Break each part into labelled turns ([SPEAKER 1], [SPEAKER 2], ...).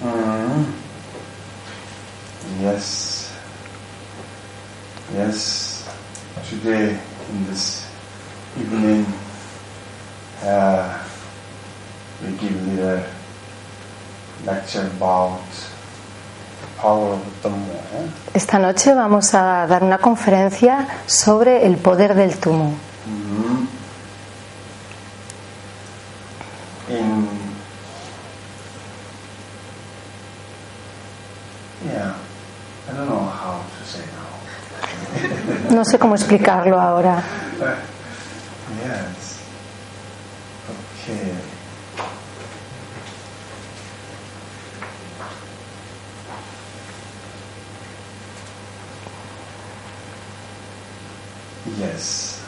[SPEAKER 1] Mm-hmm. Yes, today in this evening, uh, we give the lecture about the power of the eh? more.
[SPEAKER 2] Esta noche vamos a dar una conferencia sobre el poder del tumo.
[SPEAKER 1] Mm-hmm. In yeah, I don't know how to say now.
[SPEAKER 2] No sé cómo explicarlo ahora.
[SPEAKER 1] Yes. Okay. Yes.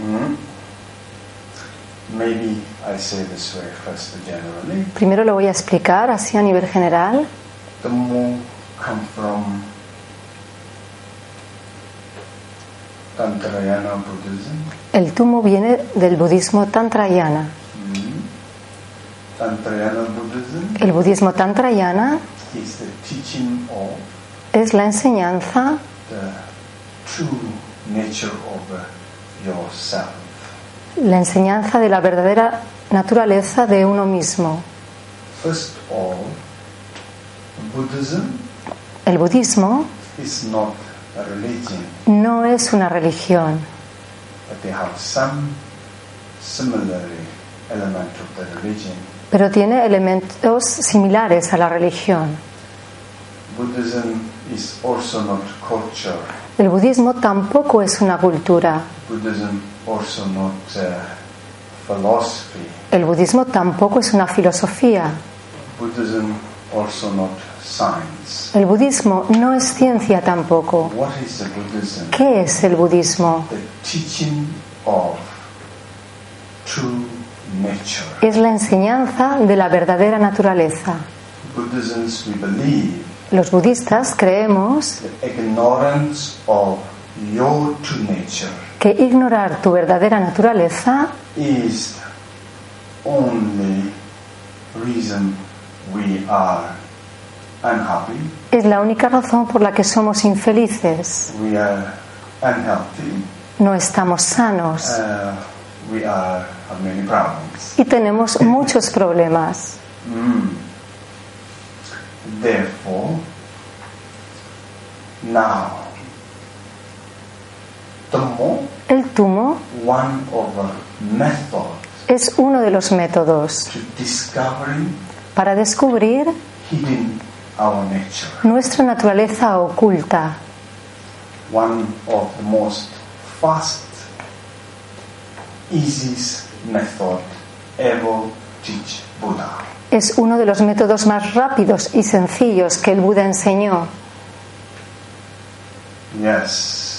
[SPEAKER 1] Mhm. Maybe I say this way first generally.
[SPEAKER 2] Primero lo voy a explicar así a nivel general.
[SPEAKER 1] The moon come from Tantrayana Buddhism.
[SPEAKER 2] El tumo viene del budismo tantrayana.
[SPEAKER 1] Hmm. Tantrayana Buddhism
[SPEAKER 2] El budismo tantrayana
[SPEAKER 1] is the teaching of
[SPEAKER 2] es la enseñanza
[SPEAKER 1] the true nature of uh, yourself.
[SPEAKER 2] La enseñanza de la verdadera naturaleza de uno mismo.
[SPEAKER 1] First of all, Buddhism
[SPEAKER 2] El budismo
[SPEAKER 1] is not a religion,
[SPEAKER 2] no es una religión,
[SPEAKER 1] but they have some similar element of the religion.
[SPEAKER 2] pero tiene elementos similares a la religión.
[SPEAKER 1] Buddhism is also not culture.
[SPEAKER 2] El budismo tampoco es una cultura.
[SPEAKER 1] Buddhism also not uh, philosophy.
[SPEAKER 2] El budismo tampoco es una filosofía.
[SPEAKER 1] Buddhism also not science.
[SPEAKER 2] El budismo no es ciencia tampoco.
[SPEAKER 1] What is the Buddhism?
[SPEAKER 2] ¿Qué es el budismo?
[SPEAKER 1] The teaching of true nature.
[SPEAKER 2] Es la enseñanza de la verdadera naturaleza.
[SPEAKER 1] Buddhisms we believe
[SPEAKER 2] Los budistas creemos
[SPEAKER 1] the ignorance of your true nature
[SPEAKER 2] que ignorar tu verdadera naturaleza
[SPEAKER 1] is the only reason we are unhappy,
[SPEAKER 2] es la única razón por la que somos infelices.
[SPEAKER 1] we are unhealthy,
[SPEAKER 2] No estamos sanos
[SPEAKER 1] uh, we are have many problems.
[SPEAKER 2] y tenemos muchos problemas.
[SPEAKER 1] Therefore, now, Dhammo,
[SPEAKER 2] El tumo
[SPEAKER 1] one of the method
[SPEAKER 2] es uno de los métodos
[SPEAKER 1] to discovering
[SPEAKER 2] para descubrir
[SPEAKER 1] hidden our nature.
[SPEAKER 2] nuestra naturaleza oculta.
[SPEAKER 1] One of the most fast, easiest method ever teach Buddha.
[SPEAKER 2] Es uno de los métodos más rápidos y sencillos que el Buda enseñó.
[SPEAKER 1] Yes.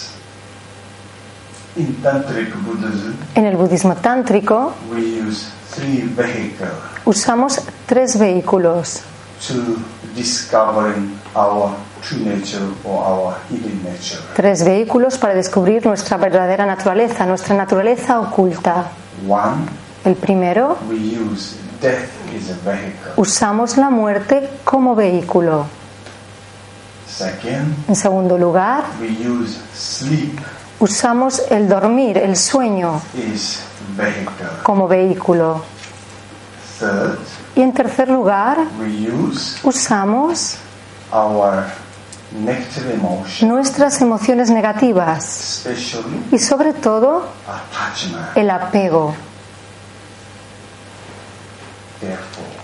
[SPEAKER 1] In Tantric Buddhism,
[SPEAKER 2] En el budismo tántrico
[SPEAKER 1] we use three vehicles
[SPEAKER 2] usamos tres vehículos
[SPEAKER 1] to discovering our true nature or our hidden nature.
[SPEAKER 2] Tres vehículos para descubrir nuestra verdadera naturaleza, nuestra naturaleza oculta.
[SPEAKER 1] One,
[SPEAKER 2] El primero,
[SPEAKER 1] we use death is a vehicle.
[SPEAKER 2] usamos la muerte como vehículo.
[SPEAKER 1] Second,
[SPEAKER 2] En segundo lugar,
[SPEAKER 1] we use sleep
[SPEAKER 2] usamos el dormir, el sueño,
[SPEAKER 1] is vehicle.
[SPEAKER 2] como vehículo.
[SPEAKER 1] Third,
[SPEAKER 2] Y en tercer lugar,
[SPEAKER 1] we use
[SPEAKER 2] usamos
[SPEAKER 1] our negative emotion,
[SPEAKER 2] nuestras emociones negativas
[SPEAKER 1] especially
[SPEAKER 2] y sobre todo
[SPEAKER 1] attachment.
[SPEAKER 2] el apego.
[SPEAKER 1] Therefore,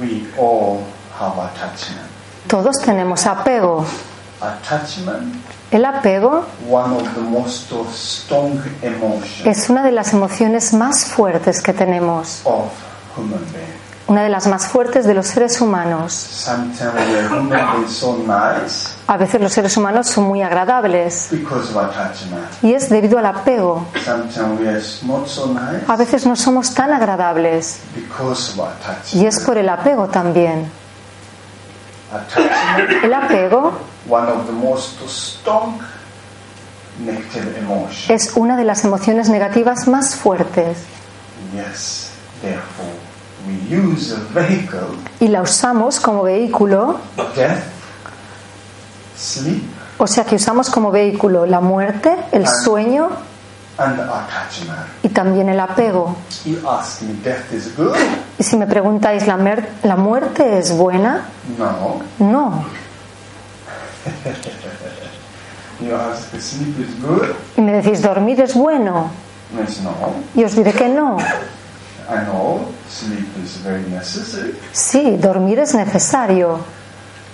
[SPEAKER 1] we all have attachment.
[SPEAKER 2] Todos tenemos apego.
[SPEAKER 1] Attachment,
[SPEAKER 2] El apego
[SPEAKER 1] one of the most strong emotions.
[SPEAKER 2] es una de las emociones más fuertes que tenemos,
[SPEAKER 1] of human being.
[SPEAKER 2] una de las más fuertes de los seres humanos.
[SPEAKER 1] Sometimes we are human being so nice
[SPEAKER 2] A veces los seres humanos son muy agradables
[SPEAKER 1] because of attachment.
[SPEAKER 2] y es debido al apego.
[SPEAKER 1] Sometimes we are not so nice
[SPEAKER 2] A veces no somos tan agradables
[SPEAKER 1] because of
[SPEAKER 2] y
[SPEAKER 1] attachment.
[SPEAKER 2] es por el apego también.
[SPEAKER 1] Attachment,
[SPEAKER 2] El apego
[SPEAKER 1] one of the most strong negative emotion.
[SPEAKER 2] Es una de las emociones negativas más fuertes
[SPEAKER 1] Yes, therefore, we use a vehicle
[SPEAKER 2] y la usamos como vehículo,
[SPEAKER 1] death, sleep,
[SPEAKER 2] o sea que usamos como vehículo la muerte, el sueño
[SPEAKER 1] and attachment.
[SPEAKER 2] y también el apego.
[SPEAKER 1] You ask me, death is good?
[SPEAKER 2] Y si me preguntáis, ¿la, mer- la muerte es buena?
[SPEAKER 1] No.
[SPEAKER 2] No.
[SPEAKER 1] You ask, sleep is good?
[SPEAKER 2] Y me decís, ¿dormir es bueno?
[SPEAKER 1] Yes, no.
[SPEAKER 2] Y os diré que no.
[SPEAKER 1] I know sleep is very necessary.
[SPEAKER 2] Sí, dormir es necesario.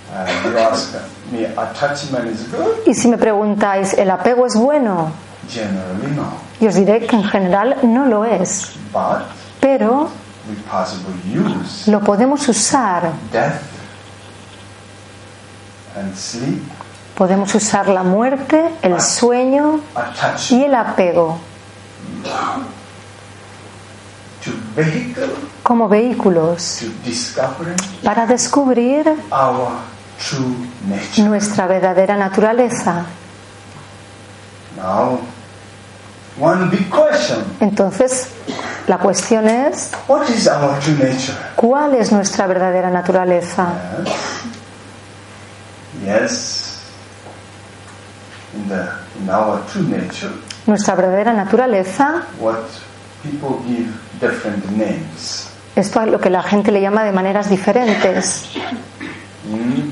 [SPEAKER 1] Uh, you ask me, attachment is good?
[SPEAKER 2] Y si me preguntáis, ¿el apego es bueno?
[SPEAKER 1] Generally, no.
[SPEAKER 2] Y os diré que en general no lo es.
[SPEAKER 1] But
[SPEAKER 2] Pero
[SPEAKER 1] we possibly use
[SPEAKER 2] lo podemos usar.
[SPEAKER 1] death and sleep,
[SPEAKER 2] Podemos usar la muerte, el sueño
[SPEAKER 1] attachment
[SPEAKER 2] y el apego
[SPEAKER 1] to vehicle
[SPEAKER 2] como vehículos
[SPEAKER 1] to discovering
[SPEAKER 2] para descubrir
[SPEAKER 1] our true nature.
[SPEAKER 2] nuestra verdadera naturaleza.
[SPEAKER 1] Now, one big question.
[SPEAKER 2] Entonces, la cuestión es,
[SPEAKER 1] What is our true nature?
[SPEAKER 2] ¿cuál es nuestra verdadera naturaleza?
[SPEAKER 1] Yes. In, the, in our true nature,
[SPEAKER 2] Nuestra verdadera naturaleza,
[SPEAKER 1] what people give different names.
[SPEAKER 2] esto es lo que la gente le llama de maneras diferentes.
[SPEAKER 1] Hmm?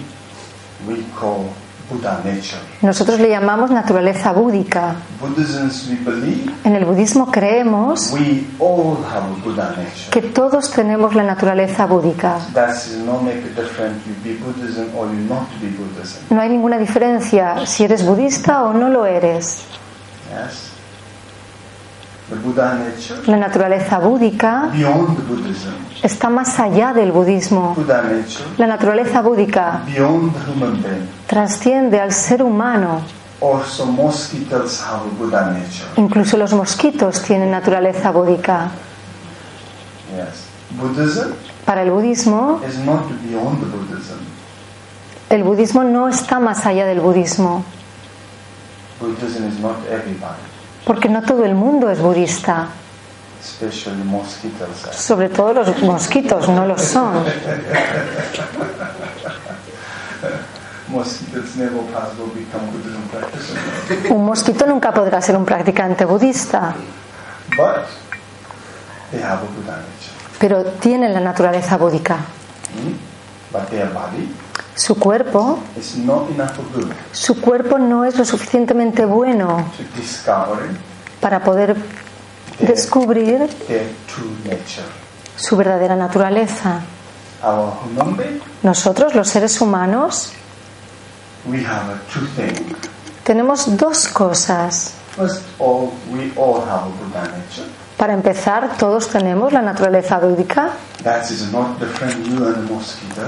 [SPEAKER 1] We call Buddha nature.
[SPEAKER 2] Nosotros le llamamos naturaleza búdica.
[SPEAKER 1] Buddhisms, we believe
[SPEAKER 2] En el budismo creemos
[SPEAKER 1] we all have a Buddha nature.
[SPEAKER 2] que todos tenemos la naturaleza búdica.
[SPEAKER 1] That does not make a difference you be Buddhism or you not be Buddhism.
[SPEAKER 2] No hay ninguna diferencia si eres budista o no lo eres.
[SPEAKER 1] Yes? The Buddha nature,
[SPEAKER 2] La naturaleza búdica
[SPEAKER 1] beyond Buddhism.
[SPEAKER 2] está más allá del budismo.
[SPEAKER 1] Buddha nature,
[SPEAKER 2] La naturaleza búdica
[SPEAKER 1] beyond human being.
[SPEAKER 2] trasciende al ser humano.
[SPEAKER 1] Also, mosquitoes have a Buddha nature.
[SPEAKER 2] Incluso los mosquitos tienen naturaleza búdica.
[SPEAKER 1] Yes. Buddhism
[SPEAKER 2] Para el budismo,
[SPEAKER 1] is not beyond Buddhism.
[SPEAKER 2] el budismo no está más allá del budismo,
[SPEAKER 1] Buddhism is not everybody,
[SPEAKER 2] porque no todo el mundo es budista.
[SPEAKER 1] especially mosquitoes. are.
[SPEAKER 2] Sobre todo los mosquitos no lo son.
[SPEAKER 1] Mosquitoes never possibly become Buddhism practitioners.
[SPEAKER 2] Un mosquito nunca podrá ser un practicante budista,
[SPEAKER 1] But they have a Buddha nature.
[SPEAKER 2] pero tienen la naturaleza búdica.
[SPEAKER 1] Hmm? But their body
[SPEAKER 2] Su cuerpo,
[SPEAKER 1] is not enough good
[SPEAKER 2] su cuerpo no es lo suficientemente bueno
[SPEAKER 1] to discover
[SPEAKER 2] para poder descubrir
[SPEAKER 1] their true nature.
[SPEAKER 2] su verdadera naturaleza.
[SPEAKER 1] Our human being,
[SPEAKER 2] Nosotros, los seres humanos,
[SPEAKER 1] we have a true thing.
[SPEAKER 2] tenemos dos cosas.
[SPEAKER 1] First of all, we all have a Buddha nature.
[SPEAKER 2] Para empezar, todos tenemos la naturaleza búdica
[SPEAKER 1] That is not different you and mosquito.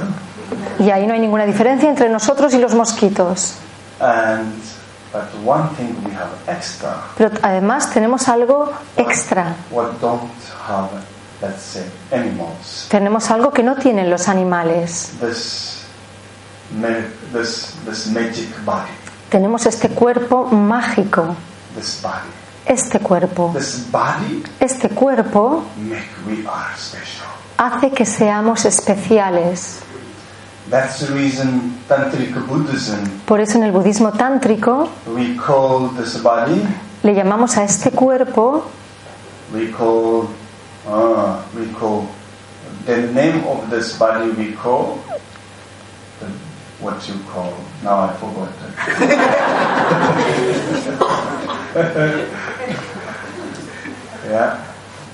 [SPEAKER 2] y ahí no hay ninguna diferencia entre nosotros y los mosquitos.
[SPEAKER 1] And but one thing we have extra,
[SPEAKER 2] Pero además tenemos algo extra.
[SPEAKER 1] what don't have, let's say, animals.
[SPEAKER 2] Tenemos algo que no tienen los animales.
[SPEAKER 1] This ma- this this magic body,
[SPEAKER 2] Tenemos este cuerpo mágico.
[SPEAKER 1] this body,
[SPEAKER 2] Este cuerpo.
[SPEAKER 1] this body
[SPEAKER 2] Este cuerpo
[SPEAKER 1] make we are special.
[SPEAKER 2] hace que seamos especiales.
[SPEAKER 1] That's the reason tantric Buddhism
[SPEAKER 2] Por eso en el budismo tántrico
[SPEAKER 1] we call this body
[SPEAKER 2] le llamamos a este cuerpo,
[SPEAKER 1] we call uh, we call the name of this body we call the, what you call now I forgot it. yeah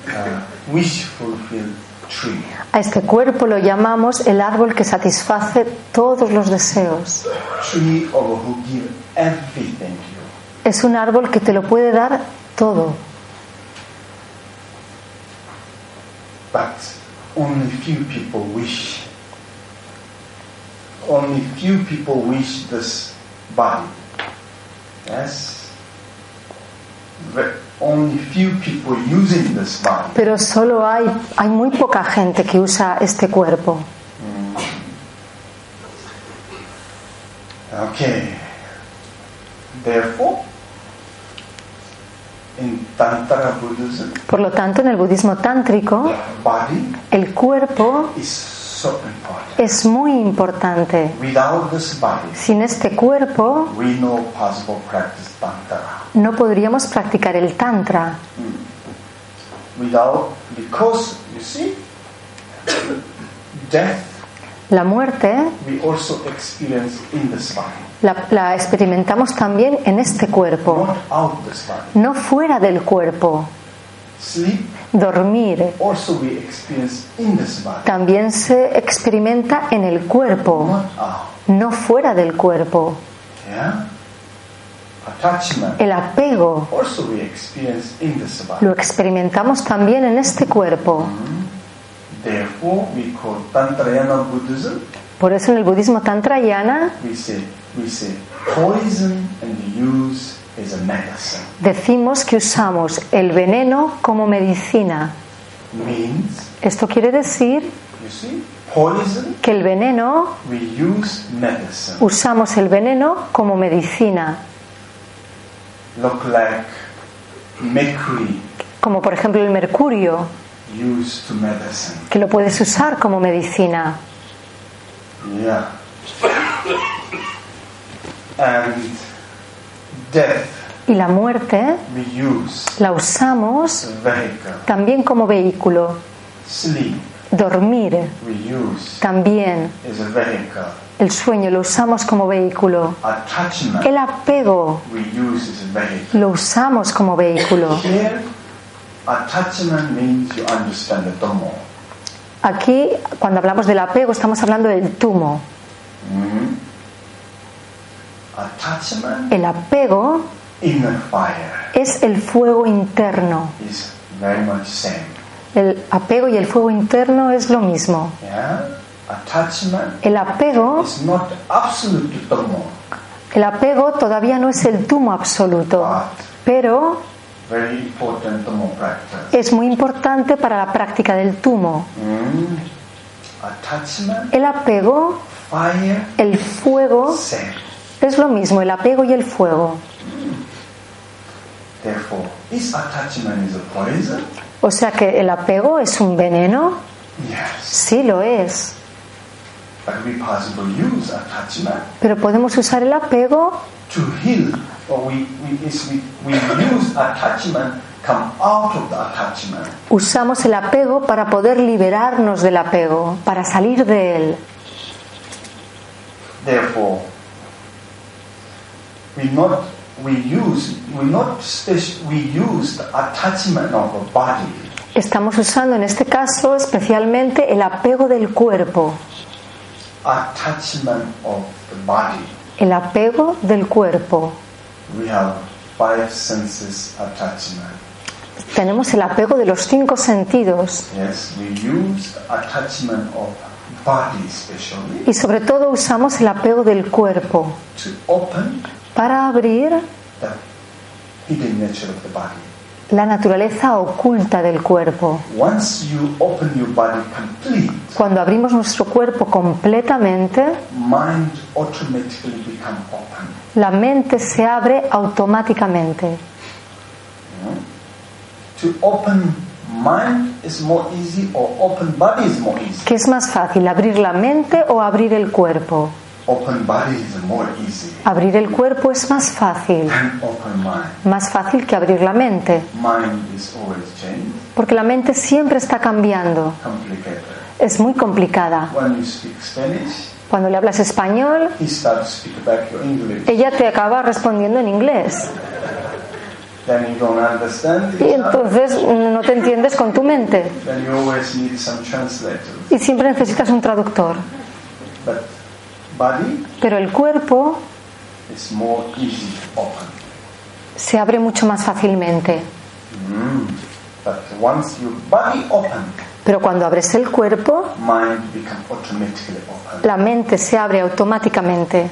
[SPEAKER 1] uh, wish fulfilled tree
[SPEAKER 2] a este cuerpo lo llamamos el árbol que satisface todos los deseos.
[SPEAKER 1] tree of who give everything to you
[SPEAKER 2] Es un árbol que te lo puede dar todo,
[SPEAKER 1] but only few people wish only few people wish this body yes Ve- only few people using this body
[SPEAKER 2] pero solo hay, hay muy poca gente que usa este cuerpo.
[SPEAKER 1] okay therefore Tantra Buddhism,
[SPEAKER 2] Por lo tanto, en el budismo tántrico,
[SPEAKER 1] the body
[SPEAKER 2] el cuerpo
[SPEAKER 1] is so important.
[SPEAKER 2] es muy importante.
[SPEAKER 1] Without this body,
[SPEAKER 2] Sin este cuerpo
[SPEAKER 1] we know possible practice Tantra.
[SPEAKER 2] no podríamos practicar el tantra.
[SPEAKER 1] Without, because you see, death
[SPEAKER 2] La muerte
[SPEAKER 1] we also experience in this body,
[SPEAKER 2] la, la experimentamos también en este cuerpo,
[SPEAKER 1] not out this body.
[SPEAKER 2] no fuera del cuerpo.
[SPEAKER 1] Sleep
[SPEAKER 2] Dormir
[SPEAKER 1] also we experience in this body,
[SPEAKER 2] también se experimenta en el cuerpo,
[SPEAKER 1] not out.
[SPEAKER 2] no fuera del cuerpo.
[SPEAKER 1] Yeah? Attachment
[SPEAKER 2] El apego
[SPEAKER 1] also we experience in this body.
[SPEAKER 2] lo experimentamos también en este cuerpo.
[SPEAKER 1] Therefore, we call Tantrayana Buddhism,
[SPEAKER 2] Por eso en el budismo tantrayana
[SPEAKER 1] we say, we say poison and use is a medicine.
[SPEAKER 2] decimos que usamos el veneno como medicina.
[SPEAKER 1] Means,
[SPEAKER 2] Esto quiere decir
[SPEAKER 1] you see, poison,
[SPEAKER 2] que el veneno,
[SPEAKER 1] we use medicine.
[SPEAKER 2] usamos el veneno como medicina.
[SPEAKER 1] Look like mercury
[SPEAKER 2] Como por ejemplo el mercurio,
[SPEAKER 1] used to medicine.
[SPEAKER 2] que lo puedes usar como medicina.
[SPEAKER 1] Yeah. And death
[SPEAKER 2] Y la muerte
[SPEAKER 1] we use
[SPEAKER 2] la usamos
[SPEAKER 1] as a vehicle.
[SPEAKER 2] también como vehículo.
[SPEAKER 1] Sleep
[SPEAKER 2] Dormir
[SPEAKER 1] we use
[SPEAKER 2] también.
[SPEAKER 1] as a vehicle.
[SPEAKER 2] El sueño lo usamos como vehículo.
[SPEAKER 1] Attachment
[SPEAKER 2] El apego
[SPEAKER 1] we use as a vehicle.
[SPEAKER 2] lo usamos como vehículo.
[SPEAKER 1] Here, attachment means you understand the Dhamma.
[SPEAKER 2] Aquí, cuando hablamos del apego, estamos hablando del tumo.
[SPEAKER 1] Attachment,
[SPEAKER 2] El apego
[SPEAKER 1] inner fire,
[SPEAKER 2] es el fuego interno.
[SPEAKER 1] is very much same.
[SPEAKER 2] El apego y el fuego interno es lo mismo.
[SPEAKER 1] Yeah? Attachment
[SPEAKER 2] El apego,
[SPEAKER 1] is not absolute Dhamma,
[SPEAKER 2] el apego todavía no es el tumo absoluto, pero
[SPEAKER 1] very important Dhamma practice.
[SPEAKER 2] es muy importante para la práctica del tumo.
[SPEAKER 1] Mm. Attachment,
[SPEAKER 2] El apego,
[SPEAKER 1] fire,
[SPEAKER 2] el fuego,
[SPEAKER 1] same.
[SPEAKER 2] es lo mismo, el apego y el fuego.
[SPEAKER 1] Therefore, is attachment is a poison?
[SPEAKER 2] O sea que el apego es un veneno,
[SPEAKER 1] Yes.
[SPEAKER 2] sí lo es,
[SPEAKER 1] But we possibly use attachment
[SPEAKER 2] pero podemos usar el apego
[SPEAKER 1] to heal, or we we, is we, we use attachment, come out of the attachment.
[SPEAKER 2] Usamos el apego para poder liberarnos del apego, para salir de él.
[SPEAKER 1] Therefore, we not we use we not spec- we use the attachment of a body
[SPEAKER 2] Estamos usando en este caso especialmente el apego del cuerpo,
[SPEAKER 1] attachment of the body
[SPEAKER 2] el apego del cuerpo.
[SPEAKER 1] We have five senses attachment.
[SPEAKER 2] Tenemos el apego de los cinco sentidos
[SPEAKER 1] Yes, we use attachment of body especially
[SPEAKER 2] y sobre todo usamos el apego del cuerpo
[SPEAKER 1] to open
[SPEAKER 2] para abrir
[SPEAKER 1] the hidden nature of the body.
[SPEAKER 2] la naturaleza oculta del cuerpo.
[SPEAKER 1] Once you open your body complete,
[SPEAKER 2] Cuando abrimos nuestro cuerpo completamente,
[SPEAKER 1] mind automatically become open.
[SPEAKER 2] la mente se abre automáticamente.
[SPEAKER 1] To open mind is more easy or open body is more easy.
[SPEAKER 2] ¿Qué es más fácil, abrir la mente o abrir el cuerpo?
[SPEAKER 1] Open body is more easy
[SPEAKER 2] Abrir el cuerpo es más fácil,
[SPEAKER 1] than open mind.
[SPEAKER 2] más fácil que abrir la mente,
[SPEAKER 1] Mind is always changed,
[SPEAKER 2] porque la mente siempre está cambiando,
[SPEAKER 1] complicated.
[SPEAKER 2] es muy complicada.
[SPEAKER 1] When you speak Spanish,
[SPEAKER 2] Cuando le hablas español,
[SPEAKER 1] he starts to speak back your English.
[SPEAKER 2] ella te acaba respondiendo en inglés
[SPEAKER 1] Then you don't understand
[SPEAKER 2] y
[SPEAKER 1] it.
[SPEAKER 2] entonces no te entiendes con tu mente
[SPEAKER 1] Then you always need some translator.
[SPEAKER 2] y siempre necesitas un traductor.
[SPEAKER 1] But body
[SPEAKER 2] Pero el cuerpo
[SPEAKER 1] is more easy to open.
[SPEAKER 2] se abre mucho más fácilmente.
[SPEAKER 1] But once your body open,
[SPEAKER 2] Pero cuando abres el cuerpo,
[SPEAKER 1] mind become automatically open.
[SPEAKER 2] la mente se abre automáticamente.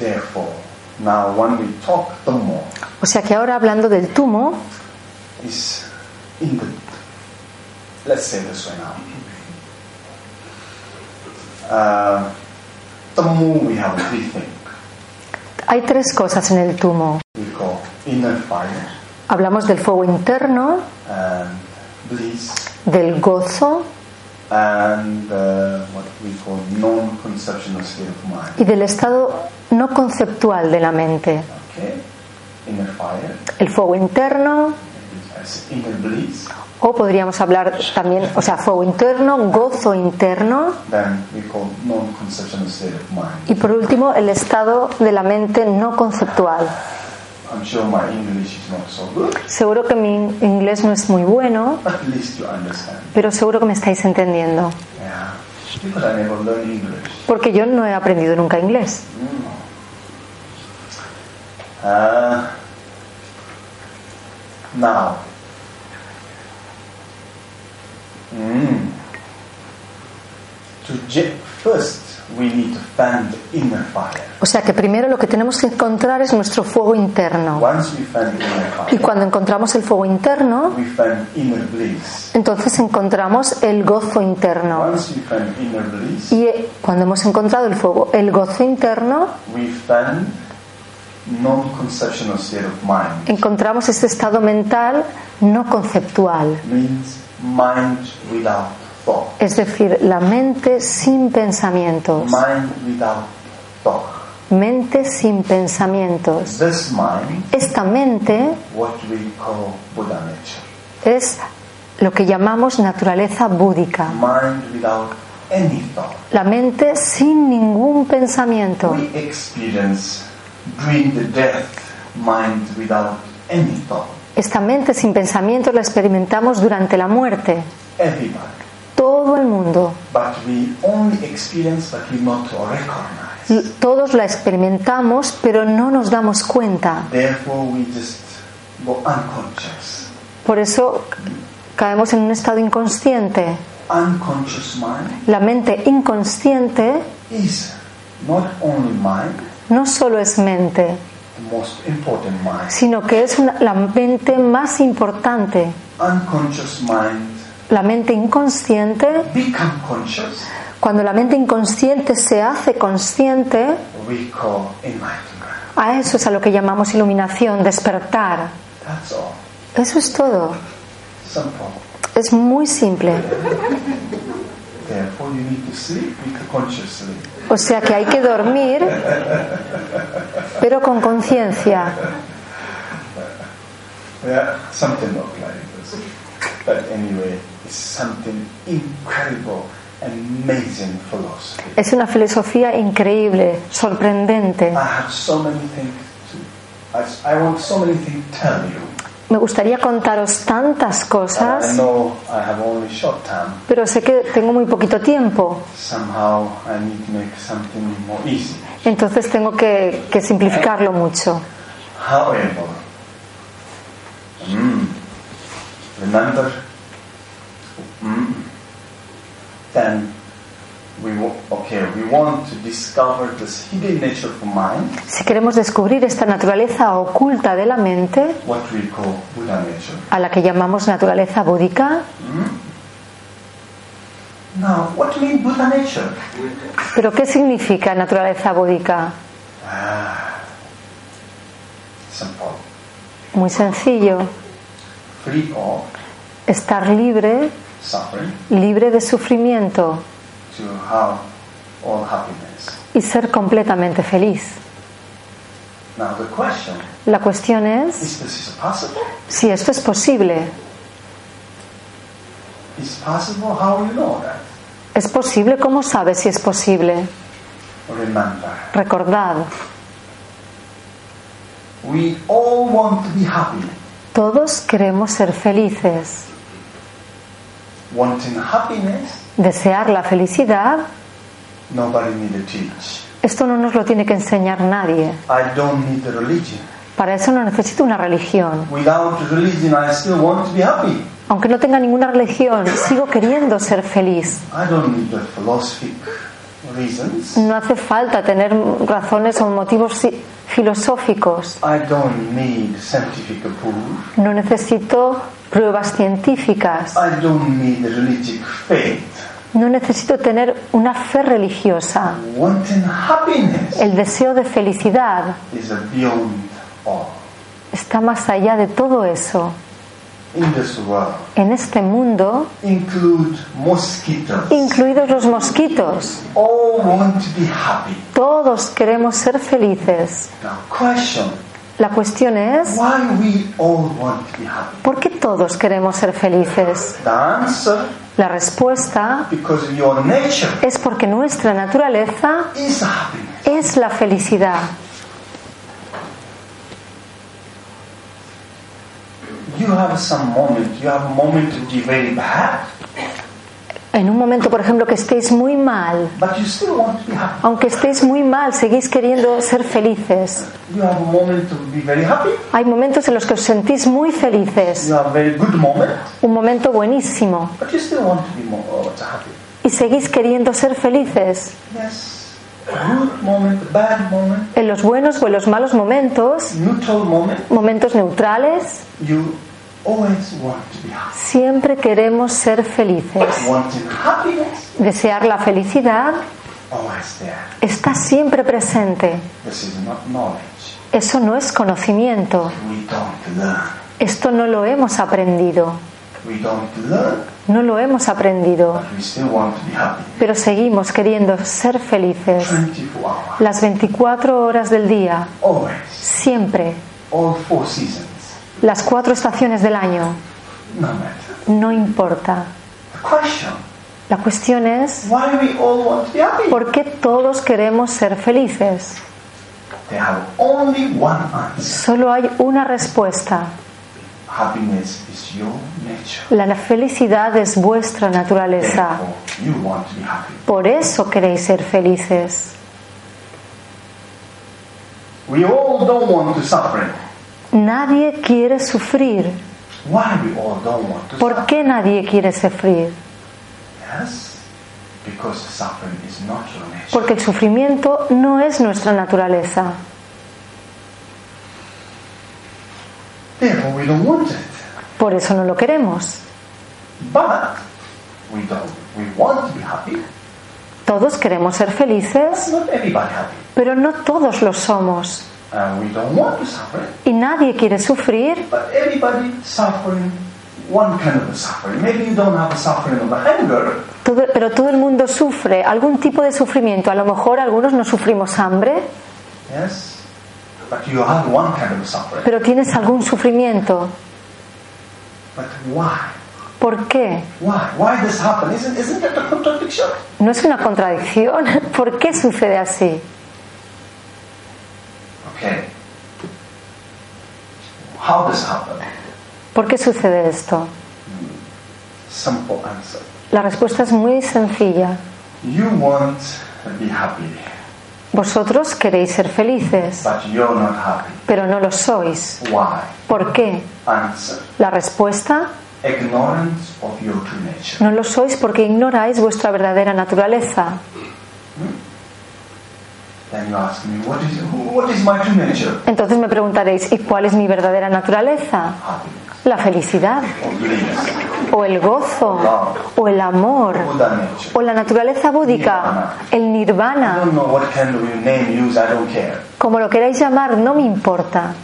[SPEAKER 1] Therefore, now when we talk the more
[SPEAKER 2] O sea que ahora hablando del tumo,
[SPEAKER 1] is in the let's say this way now. Uh, the more we have three things.
[SPEAKER 2] hay tres cosas en el tumo.
[SPEAKER 1] We call inner fire,
[SPEAKER 2] Hablamos del fuego interno,
[SPEAKER 1] and bliss
[SPEAKER 2] del gozo
[SPEAKER 1] and uh, what we call non-conceptual state of mind.
[SPEAKER 2] y del estado no conceptual de la mente.
[SPEAKER 1] Okay, inner fire
[SPEAKER 2] El fuego interno,
[SPEAKER 1] as inner bliss.
[SPEAKER 2] o podríamos hablar también, o sea, fuego interno, gozo interno
[SPEAKER 1] Then we call non-conceptual state of mind.
[SPEAKER 2] y por último el estado de la mente no conceptual.
[SPEAKER 1] I'm sure my English is not so good,
[SPEAKER 2] Seguro que mi inglés no es muy bueno,
[SPEAKER 1] but at least you understand.
[SPEAKER 2] pero seguro que me estáis entendiendo,
[SPEAKER 1] Yeah, because I never learned English. Hmm.
[SPEAKER 2] porque yo no he aprendido nunca inglés.
[SPEAKER 1] Uh, now, Mm. to ge- first we need to fan the inner fire.
[SPEAKER 2] O sea que primero lo que tenemos que encontrar es nuestro fuego interno.
[SPEAKER 1] Once we fan the inner
[SPEAKER 2] Y
[SPEAKER 1] fire,
[SPEAKER 2] cuando encontramos el fuego interno,
[SPEAKER 1] we fan inner bliss.
[SPEAKER 2] entonces encontramos el gozo interno.
[SPEAKER 1] Once we fan inner bliss,
[SPEAKER 2] Y eh, cuando hemos encontrado el fuego, el gozo interno,
[SPEAKER 1] we fan non-conceptional state of mind.
[SPEAKER 2] encontramos este estado mental no conceptual,
[SPEAKER 1] Means mind without thought,
[SPEAKER 2] es decir, la mente sin pensamientos,
[SPEAKER 1] mind without thought.
[SPEAKER 2] mente sin pensamientos.
[SPEAKER 1] This mind
[SPEAKER 2] Esta mente
[SPEAKER 1] what we call Buddha nature.
[SPEAKER 2] es lo que llamamos naturaleza búdica,
[SPEAKER 1] Mind without any thought.
[SPEAKER 2] la mente sin ningún pensamiento.
[SPEAKER 1] We experience during the death mind without any thought.
[SPEAKER 2] Esta mente sin pensamientos la experimentamos durante la muerte,
[SPEAKER 1] Everybody.
[SPEAKER 2] todo el mundo.
[SPEAKER 1] But we only experience but we not recognize.
[SPEAKER 2] Y Todos la experimentamos, pero no nos damos cuenta.
[SPEAKER 1] Therefore we just go unconscious.
[SPEAKER 2] Por eso caemos en un estado inconsciente.
[SPEAKER 1] Unconscious mind
[SPEAKER 2] La mente inconsciente
[SPEAKER 1] is not only mind,
[SPEAKER 2] no solo es mente,
[SPEAKER 1] the most important mind.
[SPEAKER 2] sino que es una- la mente más importante.
[SPEAKER 1] Unconscious mind
[SPEAKER 2] La mente inconsciente,
[SPEAKER 1] become conscious,
[SPEAKER 2] cuando la mente inconsciente se hace consciente,
[SPEAKER 1] we call enlightenment.
[SPEAKER 2] a eso es a lo que llamamos iluminación, despertar.
[SPEAKER 1] That's all.
[SPEAKER 2] Eso es todo.
[SPEAKER 1] Simple.
[SPEAKER 2] Es muy simple.
[SPEAKER 1] Therefore, you need to sleep with conscious sleep.
[SPEAKER 2] O sea que hay que dormir, pero con conciencia.
[SPEAKER 1] Yeah, something not like this. But anyway, it's something incredible, amazing philosophy.
[SPEAKER 2] Es una filosofía increíble, sorprendente.
[SPEAKER 1] I have so many things to. I, I want so many things to tell you.
[SPEAKER 2] Me gustaría contaros tantas
[SPEAKER 1] And I
[SPEAKER 2] cosas,
[SPEAKER 1] know I have only short time.
[SPEAKER 2] pero sé que tengo muy poquito tiempo.
[SPEAKER 1] Somehow, I need to make something more easy.
[SPEAKER 2] Entonces tengo que, que simplificarlo mucho.
[SPEAKER 1] However, mm, remember, mm, then we wa- okay. We want to discover this hidden nature of mind,
[SPEAKER 2] Si queremos descubrir esta naturaleza oculta de la mente,
[SPEAKER 1] what we call Buddha nature. mm.
[SPEAKER 2] a la que llamamos naturaleza búdica,
[SPEAKER 1] Now, what do you mean Buddha nature?
[SPEAKER 2] pero ¿qué significa naturaleza búdica?
[SPEAKER 1] Ah, Simple,
[SPEAKER 2] Muy sencillo,
[SPEAKER 1] free of
[SPEAKER 2] estar libre,
[SPEAKER 1] suffering
[SPEAKER 2] libre de sufrimiento
[SPEAKER 1] to have all happiness.
[SPEAKER 2] y ser completamente feliz.
[SPEAKER 1] Now, the question
[SPEAKER 2] La cuestión es
[SPEAKER 1] is: This is possible?
[SPEAKER 2] si esto es posible.
[SPEAKER 1] Is possible? How you know that?
[SPEAKER 2] ¿Es posible? ¿Cómo sabes si es posible?
[SPEAKER 1] Remember.
[SPEAKER 2] Recordad,
[SPEAKER 1] We all want to be happy.
[SPEAKER 2] todos queremos ser felices.
[SPEAKER 1] Wanting happiness,
[SPEAKER 2] Desear la felicidad,
[SPEAKER 1] nobody need to teach.
[SPEAKER 2] esto no nos lo tiene que enseñar nadie.
[SPEAKER 1] I don't need the religion.
[SPEAKER 2] Para eso no necesito una religión.
[SPEAKER 1] Without religion, I still want to be happy.
[SPEAKER 2] Aunque no tenga ninguna religión, sigo queriendo ser feliz.
[SPEAKER 1] I don't need the philosophic reasons.
[SPEAKER 2] No hace falta tener razones o motivos si- filosóficos.
[SPEAKER 1] I don't need scientific proof.
[SPEAKER 2] No necesito pruebas científicas.
[SPEAKER 1] I don't need the religious faith.
[SPEAKER 2] No necesito tener una fe religiosa.
[SPEAKER 1] Wanting happiness
[SPEAKER 2] El deseo de felicidad
[SPEAKER 1] is a beyond all.
[SPEAKER 2] está más allá de todo eso.
[SPEAKER 1] in this world
[SPEAKER 2] En este mundo,
[SPEAKER 1] include mosquitoes.
[SPEAKER 2] incluidos los mosquitos,
[SPEAKER 1] All want to be happy.
[SPEAKER 2] todos queremos ser felices.
[SPEAKER 1] Now, question:
[SPEAKER 2] La cuestión es,
[SPEAKER 1] Why we all want to be happy?
[SPEAKER 2] ¿por qué todos queremos ser felices?
[SPEAKER 1] The answer:
[SPEAKER 2] La respuesta
[SPEAKER 1] Because your nature
[SPEAKER 2] es porque nuestra naturaleza
[SPEAKER 1] is happiness.
[SPEAKER 2] es la felicidad.
[SPEAKER 1] You have some moment. You have a moment to be very bad,
[SPEAKER 2] En un momento, por ejemplo, que estéis muy mal,
[SPEAKER 1] but you still want to be happy.
[SPEAKER 2] aunque estéis muy mal, seguís queriendo ser felices.
[SPEAKER 1] You have a moment to be very happy.
[SPEAKER 2] Hay momentos en los que os sentís muy felices,
[SPEAKER 1] You have a very good moment,
[SPEAKER 2] un momento buenísimo,
[SPEAKER 1] but you still want to be more uh, to happy.
[SPEAKER 2] y seguís queriendo ser felices.
[SPEAKER 1] Yes. Good moment, bad moment,
[SPEAKER 2] En los buenos o en los malos momentos,
[SPEAKER 1] neutral moment.
[SPEAKER 2] momentos neutrales,
[SPEAKER 1] You always want to be happy.
[SPEAKER 2] siempre queremos ser felices.
[SPEAKER 1] Wanting happiness,
[SPEAKER 2] Desear la felicidad
[SPEAKER 1] always there.
[SPEAKER 2] está siempre presente.
[SPEAKER 1] This is not knowledge.
[SPEAKER 2] Eso no es conocimiento.
[SPEAKER 1] We don't learn.
[SPEAKER 2] Esto no lo hemos aprendido.
[SPEAKER 1] We don't learn,
[SPEAKER 2] No lo hemos aprendido.
[SPEAKER 1] but we still want to be happy.
[SPEAKER 2] Pero seguimos queriendo ser felices.
[SPEAKER 1] 24 hours.
[SPEAKER 2] Las 24 horas del día,
[SPEAKER 1] Always.
[SPEAKER 2] siempre.
[SPEAKER 1] All four seasons.
[SPEAKER 2] Las cuatro estaciones del año.
[SPEAKER 1] No matter.
[SPEAKER 2] No importa.
[SPEAKER 1] The question
[SPEAKER 2] La cuestión es,
[SPEAKER 1] why we all want to be happy?
[SPEAKER 2] ¿por qué todos queremos ser felices?
[SPEAKER 1] They have only one answer.
[SPEAKER 2] Solo hay una respuesta.
[SPEAKER 1] Happiness is your nature.
[SPEAKER 2] La felicidad es vuestra naturaleza.
[SPEAKER 1] Therefore, you want to be happy.
[SPEAKER 2] Por eso queréis ser felices.
[SPEAKER 1] We all don't want to suffer.
[SPEAKER 2] Nadie quiere sufrir.
[SPEAKER 1] Why we all don't want to
[SPEAKER 2] ¿Por
[SPEAKER 1] suffer?
[SPEAKER 2] qué nadie quiere sufrir?
[SPEAKER 1] Yes. Because suffering is not your nature.
[SPEAKER 2] Porque el sufrimiento no es nuestra naturaleza.
[SPEAKER 1] Therefore, we don't want it.
[SPEAKER 2] Por eso no lo queremos.
[SPEAKER 1] But we don't. We want to be happy.
[SPEAKER 2] Todos queremos ser
[SPEAKER 1] That's
[SPEAKER 2] felices,
[SPEAKER 1] not everybody happy.
[SPEAKER 2] pero no todos lo somos.
[SPEAKER 1] And we don't want to suffer.
[SPEAKER 2] Y nadie quiere sufrir,
[SPEAKER 1] But everybody suffering one kind of suffering. Maybe you don't have a suffering of anger,
[SPEAKER 2] todo- pero todo el mundo sufre algún tipo de sufrimiento. A lo mejor algunos no sufrimos hambre,
[SPEAKER 1] yes. But you have one kind of suffering.
[SPEAKER 2] pero tienes algún sufrimiento.
[SPEAKER 1] But why?
[SPEAKER 2] ¿Por qué?
[SPEAKER 1] Why? Why this happen? Isn't isn't that a contradiction?
[SPEAKER 2] No es una contradicción. ¿Por qué sucede así?
[SPEAKER 1] Okay. How this happen?
[SPEAKER 2] ¿Por qué sucede esto?
[SPEAKER 1] Simple answer.
[SPEAKER 2] La respuesta es muy sencilla.
[SPEAKER 1] You want to be happy,
[SPEAKER 2] Vosotros queréis ser felices,
[SPEAKER 1] but you're not happy.
[SPEAKER 2] pero no lo sois.
[SPEAKER 1] Why?
[SPEAKER 2] ¿Por qué?
[SPEAKER 1] Answer.
[SPEAKER 2] La respuesta,
[SPEAKER 1] ignorance of your true nature.
[SPEAKER 2] no lo sois porque ignoráis vuestra verdadera naturaleza.
[SPEAKER 1] Then you ask me, what is who- what is my true nature?
[SPEAKER 2] Entonces me preguntaréis, ¿y cuál es mi verdadera naturaleza?
[SPEAKER 1] Happiness,
[SPEAKER 2] La felicidad,
[SPEAKER 1] or bliss,
[SPEAKER 2] o el gozo, o el amor,
[SPEAKER 1] Buddha nature.
[SPEAKER 2] o la naturaleza búdica, el
[SPEAKER 1] I
[SPEAKER 2] nirvana,
[SPEAKER 1] don't know what kind of name you use. I don't care.
[SPEAKER 2] como lo queráis llamar, no me importa.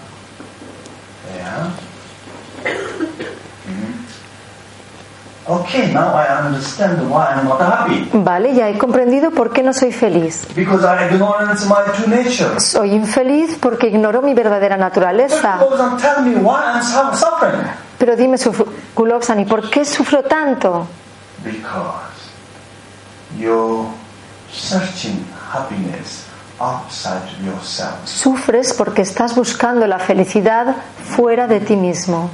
[SPEAKER 1] Yeah. Mhm. Mm-hmm. Okay, now I understand why I'm not happy
[SPEAKER 2] Vale, ya he comprendido por qué no soy feliz.
[SPEAKER 1] because I ignorance my true nature.
[SPEAKER 2] Soy infeliz porque ignoro mi verdadera naturaleza.
[SPEAKER 1] Goes and tell me why I'm su- suffering
[SPEAKER 2] Pero dime, Suf- Kulopsan, ¿y por qué sufro tanto?
[SPEAKER 1] because you're searching happiness outside yourself.
[SPEAKER 2] Sufres porque estás buscando la felicidad fuera de ti mismo.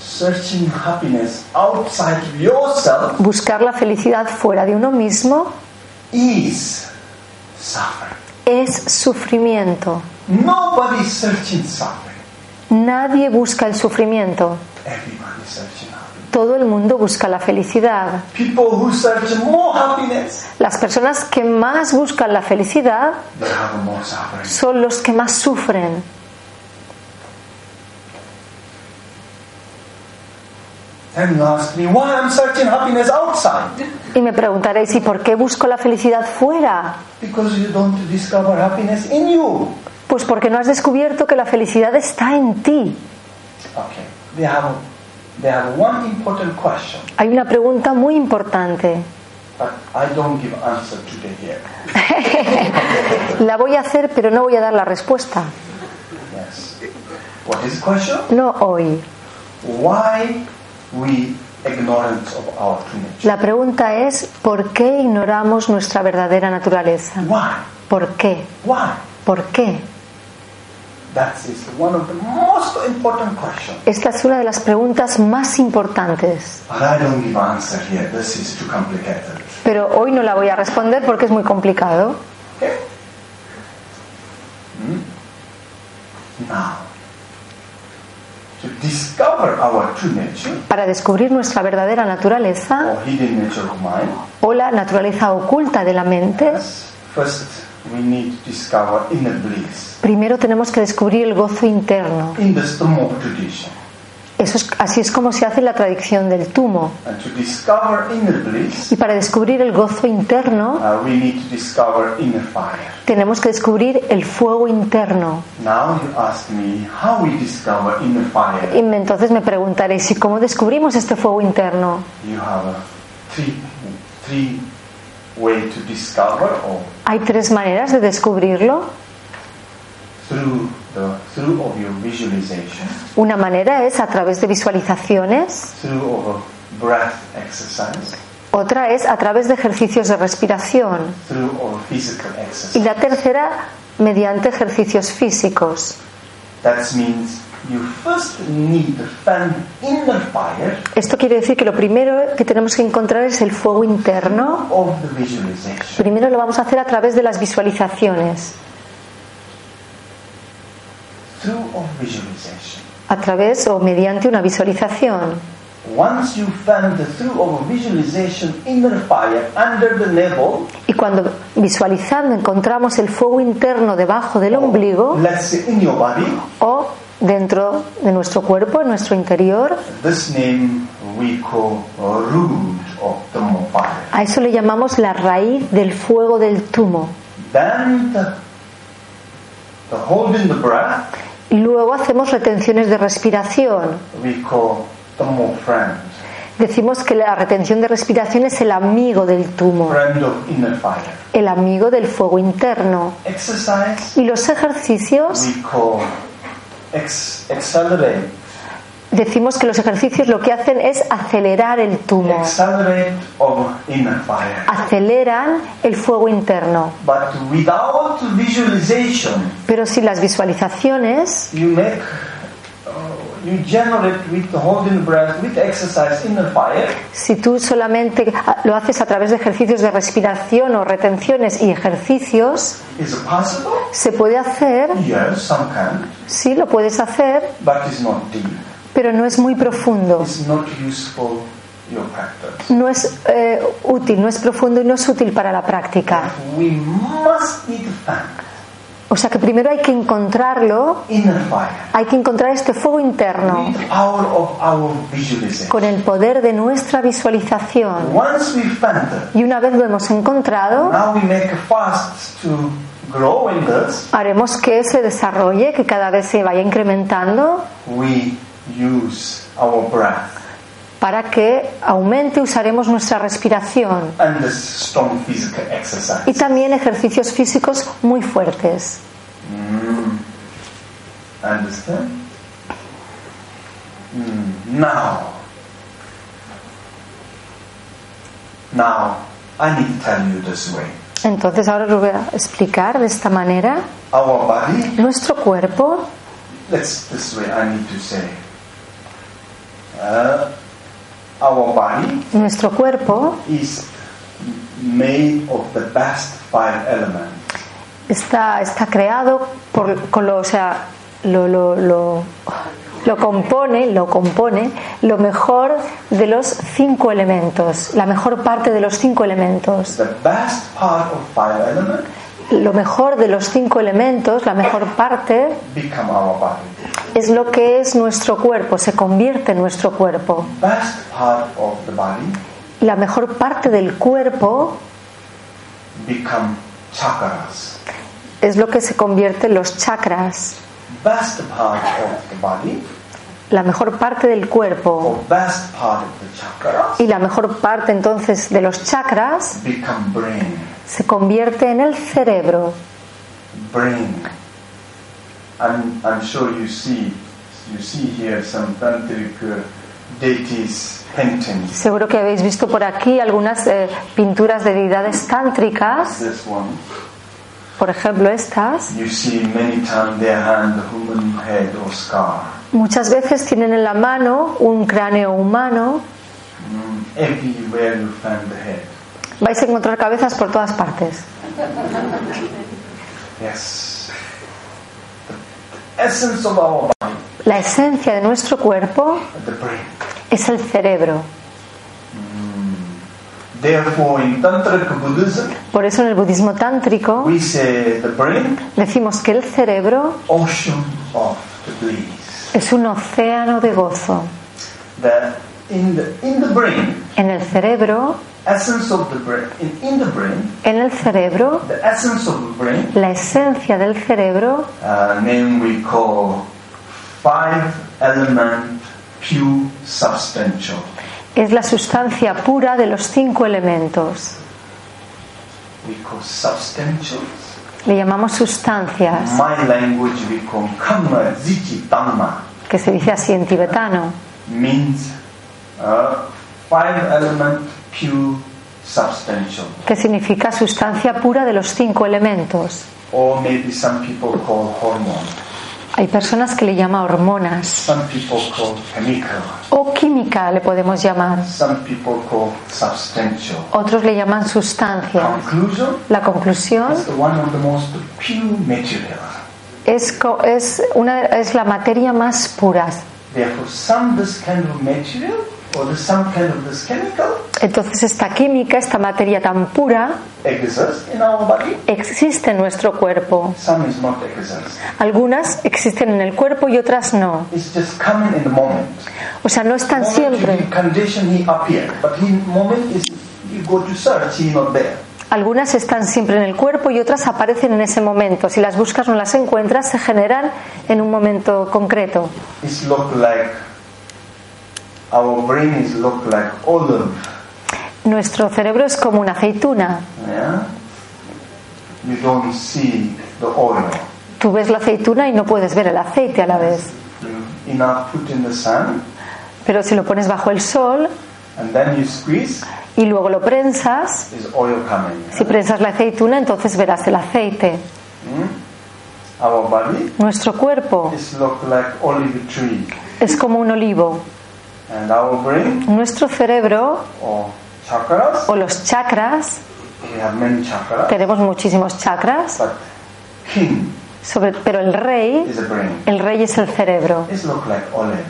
[SPEAKER 1] Searching happiness outside yourself
[SPEAKER 2] Buscar la felicidad fuera de uno mismo
[SPEAKER 1] is suffering.
[SPEAKER 2] es sufrimiento.
[SPEAKER 1] Nobody is searching suffering.
[SPEAKER 2] Nadie busca el sufrimiento.
[SPEAKER 1] Everybody is searching happiness.
[SPEAKER 2] Todo el mundo busca la felicidad.
[SPEAKER 1] People who search more happiness,
[SPEAKER 2] Las personas que más buscan la felicidad
[SPEAKER 1] they have more suffering.
[SPEAKER 2] son los que más sufren.
[SPEAKER 1] And you ask me why I'm searching happiness outside?
[SPEAKER 2] Y me preguntaréis, ¿y por qué busco la felicidad fuera?
[SPEAKER 1] Because you don't discover happiness in you.
[SPEAKER 2] Pues porque no has descubierto que la felicidad está en ti.
[SPEAKER 1] Okay. They have, they have one important question,
[SPEAKER 2] Hay una pregunta muy importante.
[SPEAKER 1] but I don't give answer today here.
[SPEAKER 2] La voy a hacer, pero no voy a dar la respuesta.
[SPEAKER 1] Yes. What is the question?
[SPEAKER 2] No hoy.
[SPEAKER 1] Why we ignorant of our true nature?
[SPEAKER 2] La pregunta es, ¿por qué ignoramos nuestra verdadera naturaleza?
[SPEAKER 1] Why?
[SPEAKER 2] ¿Por qué?
[SPEAKER 1] Why?
[SPEAKER 2] ¿Por qué?
[SPEAKER 1] That is one of the most important questions.
[SPEAKER 2] Esta es una de las preguntas más importantes.
[SPEAKER 1] But I don't give answer here. This is too complicated.
[SPEAKER 2] Pero hoy no la voy a responder porque es muy complicado.
[SPEAKER 1] Okay? Hmm? Now, to discover our true nature
[SPEAKER 2] Para descubrir nuestra verdadera naturaleza
[SPEAKER 1] or hidden nature of mind,
[SPEAKER 2] o la naturaleza oculta de la mente,
[SPEAKER 1] first we need to discover inner bliss
[SPEAKER 2] primero tenemos que descubrir el gozo interno.
[SPEAKER 1] in the storm of tradition.
[SPEAKER 2] Eso es, así es como se hace la tradicción del tumo.
[SPEAKER 1] And to discover inner bliss,
[SPEAKER 2] Y para descubrir el gozo interno,
[SPEAKER 1] uh, we need to discover inner fire.
[SPEAKER 2] tenemos que descubrir el fuego interno.
[SPEAKER 1] Now you ask me how we discover inner fire.
[SPEAKER 2] Y me- entonces me preguntaréis, ¿y cómo descubrimos este fuego interno?
[SPEAKER 1] You have a three three way to discover or
[SPEAKER 2] Hay tres maneras de descubrirlo.
[SPEAKER 1] through the through of your visualization,
[SPEAKER 2] Una manera es a través de visualizaciones,
[SPEAKER 1] through of a breath exercise,
[SPEAKER 2] otra es a través de ejercicios de respiración
[SPEAKER 1] through of a physical
[SPEAKER 2] y
[SPEAKER 1] exercise.
[SPEAKER 2] la tercera mediante ejercicios físicos.
[SPEAKER 1] That means you first need to fan inner fire
[SPEAKER 2] Esto quiere decir que lo primero que tenemos que encontrar es el fuego interno.
[SPEAKER 1] of the visualization.
[SPEAKER 2] Primero lo vamos a hacer a través de las visualizaciones,
[SPEAKER 1] Through of visualization.
[SPEAKER 2] a través o mediante una visualización.
[SPEAKER 1] Once you fan the through of a visualization inner fire under the navel,
[SPEAKER 2] Y cuando visualizando encontramos el fuego interno debajo del ombligo
[SPEAKER 1] let's say in your body,
[SPEAKER 2] o dentro de nuestro cuerpo, en nuestro interior,
[SPEAKER 1] This name we call root of the fire.
[SPEAKER 2] a eso le llamamos la raíz del fuego del tumo.
[SPEAKER 1] Then the, the holding the breath
[SPEAKER 2] Y luego hacemos retenciones de respiración.
[SPEAKER 1] we call Tamo friend,
[SPEAKER 2] Decimos que la retención de respiración es el amigo del tumo,
[SPEAKER 1] friend of inner fire.
[SPEAKER 2] el amigo del fuego interno.
[SPEAKER 1] Exercise
[SPEAKER 2] Y los ejercicios,
[SPEAKER 1] we call ex, accelerate,
[SPEAKER 2] decimos que los ejercicios lo que hacen es acelerar el tumo,
[SPEAKER 1] accelerate of inner fire.
[SPEAKER 2] aceleran el fuego interno.
[SPEAKER 1] But without visualization,
[SPEAKER 2] Pero si las visualizaciones
[SPEAKER 1] you make, uh, you generate with holding breath, with exercise inner fire.
[SPEAKER 2] Si tú solamente lo haces a través de ejercicios de respiración o retenciones y ejercicios,
[SPEAKER 1] Is it possible?
[SPEAKER 2] se puede hacer,
[SPEAKER 1] Yes, some kind,
[SPEAKER 2] sí, lo puedes hacer,
[SPEAKER 1] but it's not deep.
[SPEAKER 2] pero no es muy profundo.
[SPEAKER 1] It's not useful your practice.
[SPEAKER 2] No es eh, útil, no es profundo y no es útil para la práctica.
[SPEAKER 1] We must need to find
[SPEAKER 2] O sea que primero hay que encontrarlo,
[SPEAKER 1] inner fire
[SPEAKER 2] hay que encontrar este fuego interno
[SPEAKER 1] with the power of our visualization.
[SPEAKER 2] con el poder de nuestra visualización.
[SPEAKER 1] Once we find it,
[SPEAKER 2] Y una vez lo hemos encontrado,
[SPEAKER 1] now we make a fast to grow in this.
[SPEAKER 2] haremos que se desarrolle, que cada vez se vaya incrementando
[SPEAKER 1] We use our breath
[SPEAKER 2] para que aumente usaremos nuestra respiración
[SPEAKER 1] and this strong physical exercise.
[SPEAKER 2] y también ejercicios físicos muy fuertes.
[SPEAKER 1] Understand? Mm, now, now, I need to tell you this way.
[SPEAKER 2] Entonces ahora os voy a explicar de esta manera.
[SPEAKER 1] Our body,
[SPEAKER 2] Nuestro cuerpo,
[SPEAKER 1] let's this way. I need to say, uh, our body
[SPEAKER 2] nuestro cuerpo
[SPEAKER 1] is made of the best five elements.
[SPEAKER 2] está, está creado por, con lo, o sea, lo, lo, lo- lo compone, lo compone lo mejor de los cinco elementos, la mejor parte de los cinco elementos.
[SPEAKER 1] The best part of five elements
[SPEAKER 2] Lo mejor de los cinco elementos, la mejor parte
[SPEAKER 1] become our body.
[SPEAKER 2] es lo que es nuestro cuerpo, se convierte en nuestro cuerpo.
[SPEAKER 1] Best part of the body
[SPEAKER 2] La mejor parte del cuerpo
[SPEAKER 1] become chakras.
[SPEAKER 2] es lo que se convierte en los chakras,
[SPEAKER 1] Best part of the body
[SPEAKER 2] la mejor parte del
[SPEAKER 1] or
[SPEAKER 2] cuerpo.
[SPEAKER 1] best part of the chakras
[SPEAKER 2] Y la mejor parte entonces de los chakras
[SPEAKER 1] become brain.
[SPEAKER 2] se convierte en el cerebro.
[SPEAKER 1] Brain. I'm, I'm sure you see you see here some tantric uh, deities paintings.
[SPEAKER 2] Seguro que habéis visto por aquí algunas eh, pinturas de deidades tántricas,
[SPEAKER 1] This one.
[SPEAKER 2] por ejemplo estas.
[SPEAKER 1] You see many times their hand, human head or scar.
[SPEAKER 2] Muchas veces tienen en la mano un cráneo humano.
[SPEAKER 1] Mm, Everywhere you find the head.
[SPEAKER 2] Vais a encontrar cabezas por todas partes.
[SPEAKER 1] Yes. The essence of our body,
[SPEAKER 2] La esencia de nuestro cuerpo
[SPEAKER 1] the brain.
[SPEAKER 2] es el cerebro.
[SPEAKER 1] Therefore, in Tantric Buddhism,
[SPEAKER 2] Por eso en el budismo tántrico
[SPEAKER 1] we say the brain,
[SPEAKER 2] decimos que el cerebro
[SPEAKER 1] ocean of the bliss.
[SPEAKER 2] es un océano de gozo.
[SPEAKER 1] That in the in the brain,
[SPEAKER 2] En el cerebro,
[SPEAKER 1] essence of the brain, in, in the brain,
[SPEAKER 2] en el cerebro,
[SPEAKER 1] the essence of the brain,
[SPEAKER 2] la esencia del cerebro
[SPEAKER 1] uh, name we call five element pure substantial.
[SPEAKER 2] es la sustancia pura de los cinco elementos.
[SPEAKER 1] We call substantials.
[SPEAKER 2] Le llamamos sustancias,
[SPEAKER 1] My language we call kama ziti dhamma.
[SPEAKER 2] que se dice así en tibetano.
[SPEAKER 1] means uh, five element pure substantial
[SPEAKER 2] que significa sustancia pura de los cinco elementos.
[SPEAKER 1] or maybe some people call hormone
[SPEAKER 2] Hay personas que le llama hormonas
[SPEAKER 1] some people call chemical
[SPEAKER 2] o química le podemos llamar.
[SPEAKER 1] some people call substantial
[SPEAKER 2] Otros le llaman sustancia.
[SPEAKER 1] conclusion
[SPEAKER 2] La conclusión
[SPEAKER 1] it's the one of the most pure material
[SPEAKER 2] es, co- es, una, es la materia más pura.
[SPEAKER 1] therefore some this kind of material or the some kind of this chemical
[SPEAKER 2] Entonces esta química, esta materia tan pura,
[SPEAKER 1] exists in our body
[SPEAKER 2] existe en nuestro cuerpo.
[SPEAKER 1] some is not exist
[SPEAKER 2] Algunas existen en el cuerpo y otras no.
[SPEAKER 1] it's just coming in the moment
[SPEAKER 2] O sea, no están
[SPEAKER 1] moment he
[SPEAKER 2] siempre.
[SPEAKER 1] condition he appeared but he moment is you go to search he not there
[SPEAKER 2] Algunas están siempre en el cuerpo y otras aparecen en ese momento. Si las buscas no las encuentras, se generan en un momento concreto.
[SPEAKER 1] It's look like our brain is look like olive.
[SPEAKER 2] Nuestro cerebro es como una aceituna.
[SPEAKER 1] Yeah? You don't see the oil.
[SPEAKER 2] Tú ves la aceituna y no puedes ver el aceite a la vez.
[SPEAKER 1] You enough put in the sun
[SPEAKER 2] Pero si lo pones bajo el sol
[SPEAKER 1] and then you squeeze,
[SPEAKER 2] y luego lo prensas,
[SPEAKER 1] is oil coming.
[SPEAKER 2] si prensas la aceituna, entonces verás el aceite.
[SPEAKER 1] Hmm? Our body
[SPEAKER 2] Nuestro cuerpo
[SPEAKER 1] is look like olive tree.
[SPEAKER 2] es como un olivo.
[SPEAKER 1] And our brain
[SPEAKER 2] Nuestro cerebro
[SPEAKER 1] or chakras,
[SPEAKER 2] o los chakras,
[SPEAKER 1] we have many chakras,
[SPEAKER 2] tenemos muchísimos chakras,
[SPEAKER 1] but king
[SPEAKER 2] sobre- pero el rey,
[SPEAKER 1] is a brain.
[SPEAKER 2] el rey es el cerebro.
[SPEAKER 1] It's look like olive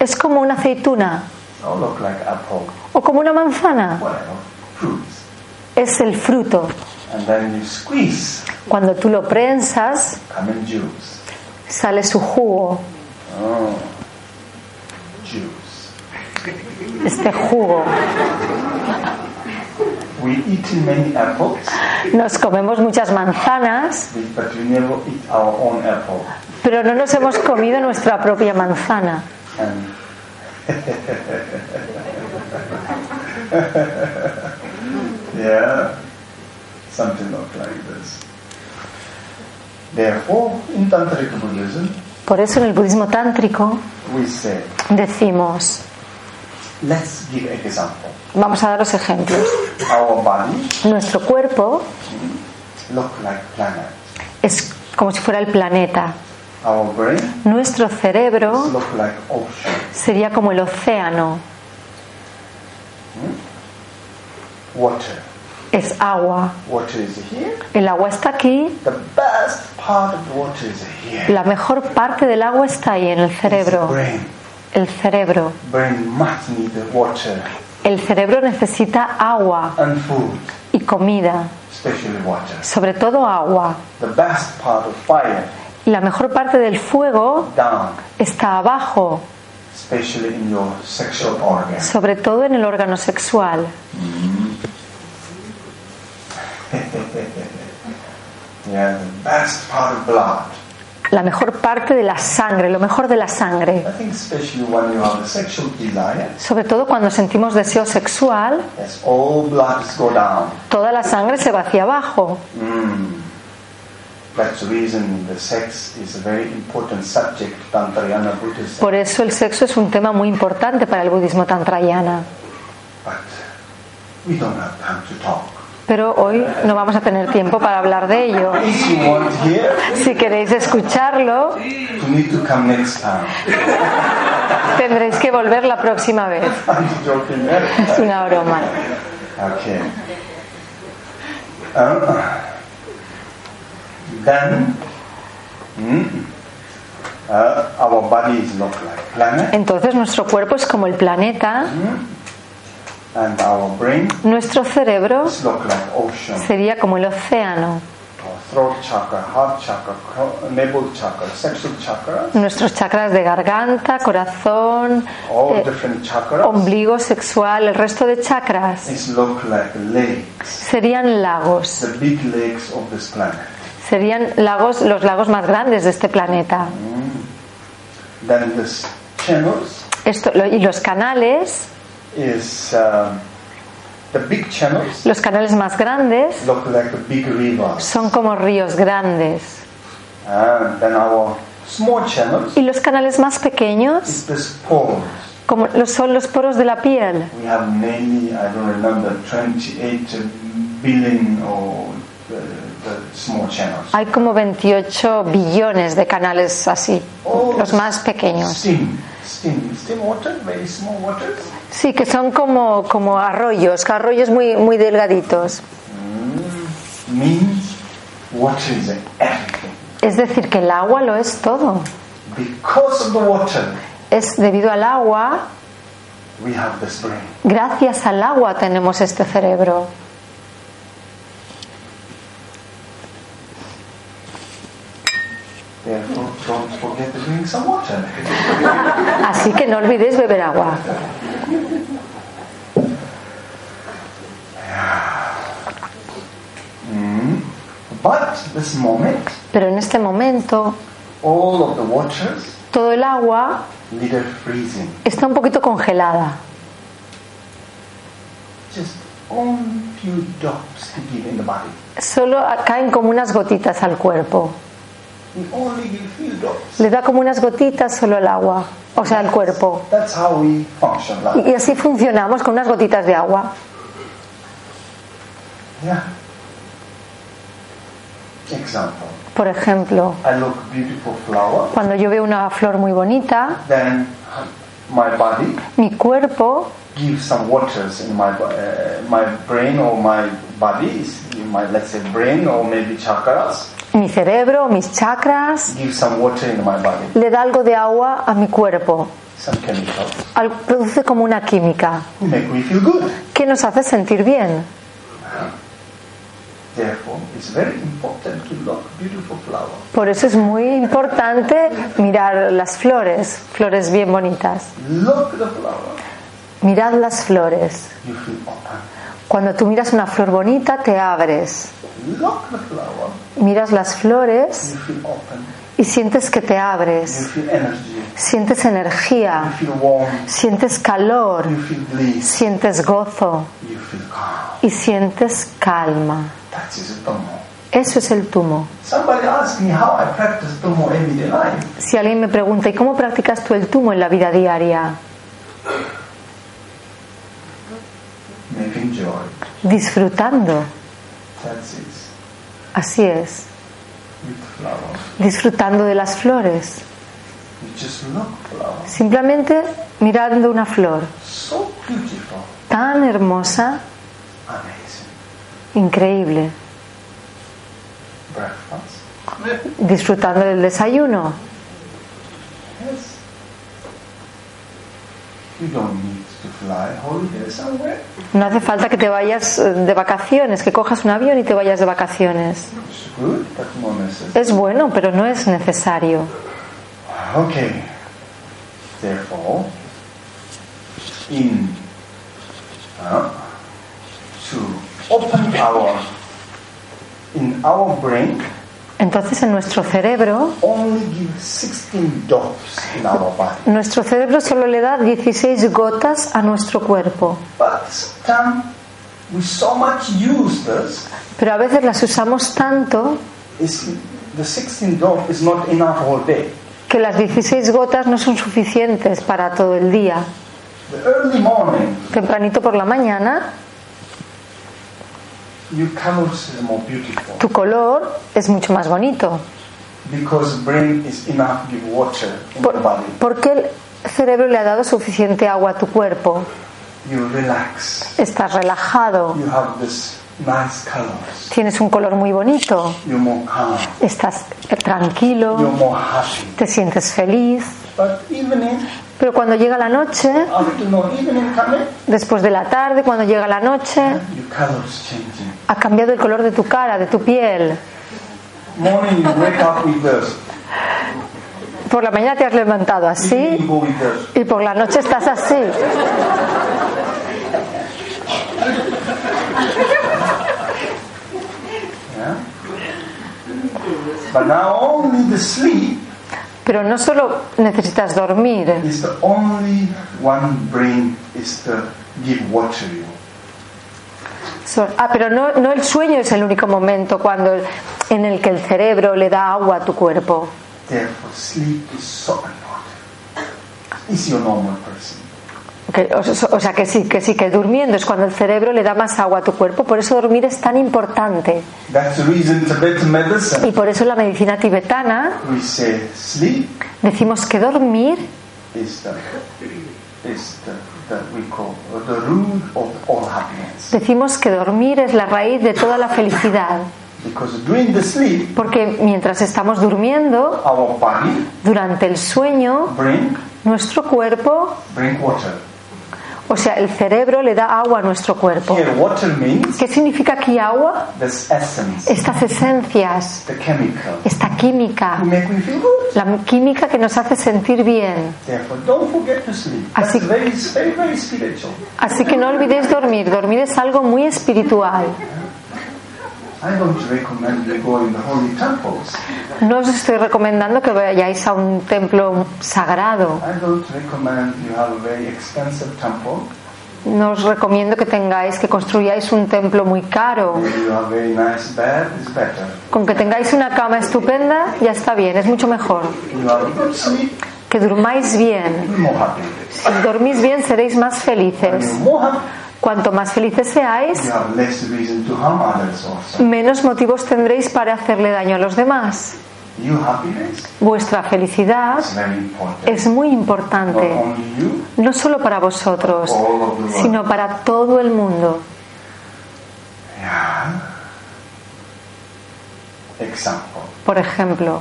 [SPEAKER 2] Es como una aceituna
[SPEAKER 1] or look like apple,
[SPEAKER 2] o como una manzana.
[SPEAKER 1] whatever, fruits.
[SPEAKER 2] Es el fruto.
[SPEAKER 1] And then you squeeze,
[SPEAKER 2] Cuando tú lo prensas,
[SPEAKER 1] coming juice.
[SPEAKER 2] sale su jugo,
[SPEAKER 1] Oh, juice.
[SPEAKER 2] este jugo.
[SPEAKER 1] We eat many apples,
[SPEAKER 2] Nos comemos muchas manzanas,
[SPEAKER 1] we- but we never eat our own apple.
[SPEAKER 2] pero no nos hemos comido nuestra propia manzana.
[SPEAKER 1] And yeah, something not like this. Therefore, in Tantric Buddhism,
[SPEAKER 2] Por eso en el budismo tántrico
[SPEAKER 1] we say,
[SPEAKER 2] decimos,
[SPEAKER 1] let's give example.
[SPEAKER 2] vamos a daros ejemplos,
[SPEAKER 1] Our body
[SPEAKER 2] nuestro cuerpo
[SPEAKER 1] look like planet.
[SPEAKER 2] es como si fuera el planeta,
[SPEAKER 1] Our brain
[SPEAKER 2] nuestro cerebro
[SPEAKER 1] look like ocean.
[SPEAKER 2] sería como el océano,
[SPEAKER 1] Water.
[SPEAKER 2] es agua.
[SPEAKER 1] Water is here.
[SPEAKER 2] El agua está aquí,
[SPEAKER 1] The best part of water is here.
[SPEAKER 2] la mejor parte del agua está ahí, en el
[SPEAKER 1] It's the
[SPEAKER 2] cerebro.
[SPEAKER 1] brain.
[SPEAKER 2] El cerebro.
[SPEAKER 1] Brain must need the water
[SPEAKER 2] El cerebro necesita agua
[SPEAKER 1] and food,
[SPEAKER 2] y comida,
[SPEAKER 1] especially water.
[SPEAKER 2] sobre todo agua.
[SPEAKER 1] The best part of fire
[SPEAKER 2] Y la mejor parte del fuego
[SPEAKER 1] down,
[SPEAKER 2] está abajo,
[SPEAKER 1] especially in your sexual organ.
[SPEAKER 2] sobre todo en el órgano sexual.
[SPEAKER 1] Yeah, the best part of blood.
[SPEAKER 2] la mejor parte de la sangre, lo mejor de la sangre.
[SPEAKER 1] I think especially when you have a sexual desire,
[SPEAKER 2] Sobre todo cuando sentimos deseo sexual,
[SPEAKER 1] yes, all bloods go down.
[SPEAKER 2] toda la sangre se va hacia abajo.
[SPEAKER 1] Mm. That's the reason the sex is a very important subject, Tantrayana Buddhism.
[SPEAKER 2] Por eso el sexo es un tema muy importante para el budismo tantrayana.
[SPEAKER 1] But we don't have time to talk.
[SPEAKER 2] Pero hoy no vamos a tener tiempo para hablar de ello.
[SPEAKER 1] If you want to hear,
[SPEAKER 2] Si queréis escucharlo,
[SPEAKER 1] you need to come next time.
[SPEAKER 2] tendréis que volver la próxima vez.
[SPEAKER 1] I'm joking. eh?
[SPEAKER 2] Es una broma.
[SPEAKER 1] Okay. Uh, then, mm, uh, our bodies look like planet,
[SPEAKER 2] Entonces nuestro cuerpo es como el planeta,
[SPEAKER 1] and our brains
[SPEAKER 2] nuestro cerebro
[SPEAKER 1] look like ocean.
[SPEAKER 2] sería como el océano,
[SPEAKER 1] Our throat chakra, heart chakra, cro- navel chakra, sexual chakra,
[SPEAKER 2] nuestros chakras de garganta, corazón,
[SPEAKER 1] all
[SPEAKER 2] eh,
[SPEAKER 1] different chakras
[SPEAKER 2] ombligo sexual, el resto de chakras
[SPEAKER 1] is look like lakes,
[SPEAKER 2] serían lagos,
[SPEAKER 1] the big lakes of this planet.
[SPEAKER 2] serían lagos, los lagos más grandes de este planeta.
[SPEAKER 1] Then this channels
[SPEAKER 2] Esto, lo- y los canales,
[SPEAKER 1] is um, the big channels
[SPEAKER 2] los canales más grandes
[SPEAKER 1] look like a big river.
[SPEAKER 2] son como ríos grandes.
[SPEAKER 1] And Uh, then our small channels
[SPEAKER 2] Y los canales más pequeños
[SPEAKER 1] is this pores.
[SPEAKER 2] como lo son los poros de la piel.
[SPEAKER 1] We have many, I don't remember, 28 billion or the, the small channels.
[SPEAKER 2] Hay como 28 billones de canales así, los más pequeños.
[SPEAKER 1] Oh, Steam, steam, steam water, very small waters.
[SPEAKER 2] Sí, que son como, como arroyos, arroyos muy, muy delgaditos.
[SPEAKER 1] Means water is everything.
[SPEAKER 2] Es decir, que el agua lo es todo.
[SPEAKER 1] Because of the water,
[SPEAKER 2] Es debido al agua,
[SPEAKER 1] we have this brain.
[SPEAKER 2] gracias al agua tenemos este cerebro.
[SPEAKER 1] Therefore, don't forget to drink some water.
[SPEAKER 2] Así que no olvidéis beber agua.
[SPEAKER 1] But this moment,
[SPEAKER 2] Pero en este momento,
[SPEAKER 1] all of the waters
[SPEAKER 2] todo el agua
[SPEAKER 1] little freezing.
[SPEAKER 2] está un poquito congelada.
[SPEAKER 1] Just only few drops to give in the body.
[SPEAKER 2] Solo caen como unas gotitas al cuerpo.
[SPEAKER 1] We only give few drops.
[SPEAKER 2] Le da como unas gotitas solo al agua, o sea, al cuerpo.
[SPEAKER 1] That's how we function like.
[SPEAKER 2] Y y así funcionamos con unas gotitas de agua.
[SPEAKER 1] Yeah. Example.
[SPEAKER 2] Por ejemplo,
[SPEAKER 1] I look beautiful flower,
[SPEAKER 2] cuando yo veo una flor muy bonita,
[SPEAKER 1] then my body
[SPEAKER 2] mi cuerpo
[SPEAKER 1] gives some waters in my bo- uh, my brain or my body, in my let's say brain or maybe chakras,
[SPEAKER 2] mi cerebro, mis chakras,
[SPEAKER 1] give some water in my body,
[SPEAKER 2] le da algo de agua a mi cuerpo.
[SPEAKER 1] some chemicals
[SPEAKER 2] Al- Produce como una química
[SPEAKER 1] who make me feel good.
[SPEAKER 2] que nos hace sentir bien.
[SPEAKER 1] Therefore, it's very important to look beautiful flower.
[SPEAKER 2] Por eso es muy importante mirar las flores, flores bien bonitas.
[SPEAKER 1] Look at the flower.
[SPEAKER 2] Mirad las flores.
[SPEAKER 1] You feel open.
[SPEAKER 2] Cuando tú miras una flor bonita, te abres.
[SPEAKER 1] Look the flower.
[SPEAKER 2] Miras las flores
[SPEAKER 1] You feel open.
[SPEAKER 2] y sientes que te
[SPEAKER 1] You
[SPEAKER 2] abres.
[SPEAKER 1] feel energy.
[SPEAKER 2] Sientes
[SPEAKER 1] You
[SPEAKER 2] energía,
[SPEAKER 1] feel warm.
[SPEAKER 2] sientes calor,
[SPEAKER 1] You feel bliss.
[SPEAKER 2] sientes gozo
[SPEAKER 1] You feel calm.
[SPEAKER 2] y sientes calma.
[SPEAKER 1] That is Dhammo.
[SPEAKER 2] Eso es el tumo.
[SPEAKER 1] Somebody asked me how I practice Dhammo every day life.
[SPEAKER 2] Si alguien me pregunta, ¿y cómo practicas tú el tumo en la vida diaria?
[SPEAKER 1] Making joy.
[SPEAKER 2] Disfrutando.
[SPEAKER 1] That's it.
[SPEAKER 2] Así es.
[SPEAKER 1] With flower.
[SPEAKER 2] Disfrutando de las flores.
[SPEAKER 1] You just look flower.
[SPEAKER 2] Simplemente mirando una flor
[SPEAKER 1] So beautiful.
[SPEAKER 2] tan hermosa,
[SPEAKER 1] Amazing.
[SPEAKER 2] increíble.
[SPEAKER 1] Breakfast.
[SPEAKER 2] Disfrutando del desayuno.
[SPEAKER 1] Yes. You don't need to fly holiday somewhere.
[SPEAKER 2] No hace falta que te vayas eh, de vacaciones, que cojas un avión y te vayas de vacaciones.
[SPEAKER 1] It's good, but more necessary.
[SPEAKER 2] Es bueno, pero no es necesario.
[SPEAKER 1] Okay. Therefore, in uh, to open our in our brain
[SPEAKER 2] Entonces en nuestro cerebro,
[SPEAKER 1] only give 16 drops in our body.
[SPEAKER 2] nuestro cerebro solo le da 16 gotas a nuestro cuerpo,
[SPEAKER 1] But sometimes we so much use this,
[SPEAKER 2] pero a veces las usamos tanto
[SPEAKER 1] it's, the 16 drop is not enough all day.
[SPEAKER 2] que las 16 gotas no son suficientes para todo el día.
[SPEAKER 1] The early morning,
[SPEAKER 2] Tempranito por la mañana,
[SPEAKER 1] your colors is more beautiful
[SPEAKER 2] tu color es mucho más bonito.
[SPEAKER 1] because brain is enough give water in the
[SPEAKER 2] Por,
[SPEAKER 1] body.
[SPEAKER 2] porque el cerebro le ha dado suficiente agua a tu cuerpo.
[SPEAKER 1] You relax.
[SPEAKER 2] Estás relajado,
[SPEAKER 1] You have this nice colors.
[SPEAKER 2] tienes un color muy bonito,
[SPEAKER 1] You're more calm.
[SPEAKER 2] estás
[SPEAKER 1] You're
[SPEAKER 2] tranquilo,
[SPEAKER 1] more happy.
[SPEAKER 2] te sientes feliz.
[SPEAKER 1] But evening,
[SPEAKER 2] Pero cuando llega la noche,
[SPEAKER 1] afternoon, evening coming,
[SPEAKER 2] después de la tarde, cuando llega la noche,
[SPEAKER 1] your colors changing.
[SPEAKER 2] ha cambiado el color de tu cara, de tu piel.
[SPEAKER 1] Morning you wake up with this.
[SPEAKER 2] Por la mañana te has levantado
[SPEAKER 1] Evening you
[SPEAKER 2] así
[SPEAKER 1] go with this.
[SPEAKER 2] y por la noche estás así.
[SPEAKER 1] Yeah? But now only the sleep
[SPEAKER 2] Pero no solo necesitas dormir,
[SPEAKER 1] is the only one brain is the give water you.
[SPEAKER 2] So- ah, pero no, no el sueño es el único momento cuando en el que el cerebro le da agua a tu cuerpo.
[SPEAKER 1] Therefore sleep is so important. It's your normal person.
[SPEAKER 2] Que- o, so- o sea que sí, que sí, que durmiendo es cuando el cerebro le da más agua a tu cuerpo, por eso dormir es tan importante.
[SPEAKER 1] That's the reason Tibetan medicine
[SPEAKER 2] Y por eso en la medicina tibetana
[SPEAKER 1] we say sleep
[SPEAKER 2] decimos que dormir
[SPEAKER 1] is the is the, the we call uh, the root of all happiness.
[SPEAKER 2] Decimos que dormir es la raíz de toda la felicidad,
[SPEAKER 1] Because during the sleep
[SPEAKER 2] porque mientras estamos durmiendo,
[SPEAKER 1] our body
[SPEAKER 2] durante el sueño,
[SPEAKER 1] brain
[SPEAKER 2] nuestro cuerpo,
[SPEAKER 1] drink water.
[SPEAKER 2] o sea, el cerebro le da agua a nuestro cuerpo.
[SPEAKER 1] Here water means
[SPEAKER 2] ¿Qué significa aquí agua?
[SPEAKER 1] this essence,
[SPEAKER 2] Estas esencias,
[SPEAKER 1] the chemical.
[SPEAKER 2] esta
[SPEAKER 1] to
[SPEAKER 2] química,
[SPEAKER 1] make me feel good.
[SPEAKER 2] la química que nos hace sentir bien.
[SPEAKER 1] Therefore, don't forget to sleep. That's
[SPEAKER 2] Así-
[SPEAKER 1] very, very, very spiritual.
[SPEAKER 2] Así que no olvidéis dormir, dormir es algo muy espiritual.
[SPEAKER 1] I don't recommend you go in the holy temples.
[SPEAKER 2] No os estoy recomendando que vayáis a un templo sagrado,
[SPEAKER 1] I don't recommend you have a very expensive temple.
[SPEAKER 2] no os recomiendo que tengáis, que construyáis un templo muy caro.
[SPEAKER 1] Maybe you have a very nice bed, it's better.
[SPEAKER 2] Con que tengáis una cama estupenda, ya está bien, es mucho mejor.
[SPEAKER 1] You have good sleep,
[SPEAKER 2] Que durmáis bien.
[SPEAKER 1] you're more happy.
[SPEAKER 2] Si dormís bien, seréis más
[SPEAKER 1] When you're
[SPEAKER 2] felices.
[SPEAKER 1] more happy,
[SPEAKER 2] Cuanto más felices
[SPEAKER 1] you
[SPEAKER 2] seáis,
[SPEAKER 1] have less reason to harm others also.
[SPEAKER 2] menos motivos tendréis para hacerle daño a los demás.
[SPEAKER 1] Your happiness
[SPEAKER 2] Vuestra felicidad
[SPEAKER 1] is very important.
[SPEAKER 2] es muy
[SPEAKER 1] Not
[SPEAKER 2] importante,
[SPEAKER 1] only you,
[SPEAKER 2] no solo para vosotros, sino para todo el mundo.
[SPEAKER 1] example.
[SPEAKER 2] Por ejemplo,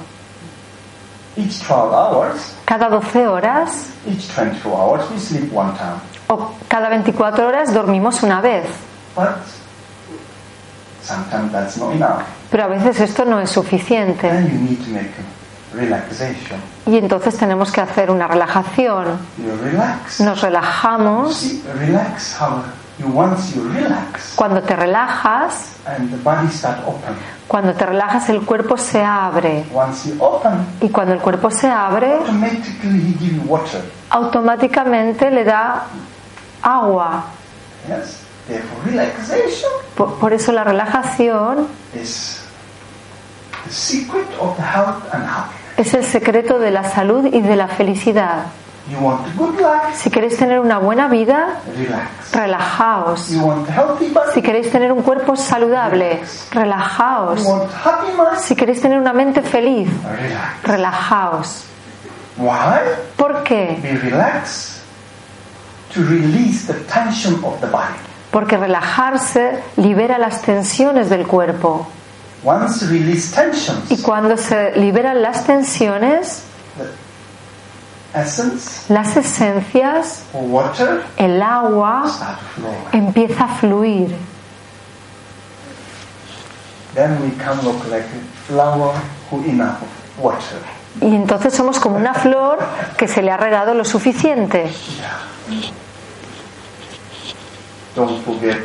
[SPEAKER 1] Each 12 hours,
[SPEAKER 2] cada 12 horas
[SPEAKER 1] each 24 hours, we sleep one time.
[SPEAKER 2] o cada 24 horas dormimos una vez.
[SPEAKER 1] But sometimes that's not enough.
[SPEAKER 2] Pero a veces esto no es suficiente.
[SPEAKER 1] Then you need to make a relaxation.
[SPEAKER 2] Y entonces tenemos que hacer una relajación.
[SPEAKER 1] You relax.
[SPEAKER 2] Nos relajamos.
[SPEAKER 1] See, relax how you once you relax
[SPEAKER 2] Cuando te relajas,
[SPEAKER 1] and the body start open.
[SPEAKER 2] cuando te relajas el cuerpo se abre.
[SPEAKER 1] Once you open,
[SPEAKER 2] Y cuando el cuerpo se abre,
[SPEAKER 1] automatically he give you water.
[SPEAKER 2] automáticamente le da agua.
[SPEAKER 1] Yes. Therefore, relaxation
[SPEAKER 2] Por, por eso la relajación
[SPEAKER 1] is the secret of the health and happiness.
[SPEAKER 2] es el secreto de la salud y de la felicidad.
[SPEAKER 1] You want a good life,
[SPEAKER 2] Si queréis tener una buena vida,
[SPEAKER 1] relax.
[SPEAKER 2] relajaos.
[SPEAKER 1] You want a healthy
[SPEAKER 2] Si
[SPEAKER 1] body,
[SPEAKER 2] queréis tener un cuerpo saludable,
[SPEAKER 1] you
[SPEAKER 2] relajaos.
[SPEAKER 1] want happy mind,
[SPEAKER 2] Si queréis tener una mente feliz,
[SPEAKER 1] relax.
[SPEAKER 2] relajaos.
[SPEAKER 1] Why?
[SPEAKER 2] ¿Por qué?
[SPEAKER 1] We relax to release the tension of the body.
[SPEAKER 2] Porque relajarse libera las tensiones del cuerpo.
[SPEAKER 1] Once you release
[SPEAKER 2] Y
[SPEAKER 1] tensions,
[SPEAKER 2] cuando se liberan las tensiones,
[SPEAKER 1] the essence
[SPEAKER 2] las esencias,
[SPEAKER 1] or water
[SPEAKER 2] el agua
[SPEAKER 1] start to flow.
[SPEAKER 2] empieza a fluir.
[SPEAKER 1] Then we come look like a flower who enough of water.
[SPEAKER 2] Y entonces somos como una flor que se le ha regado lo suficiente.
[SPEAKER 1] Don't forget,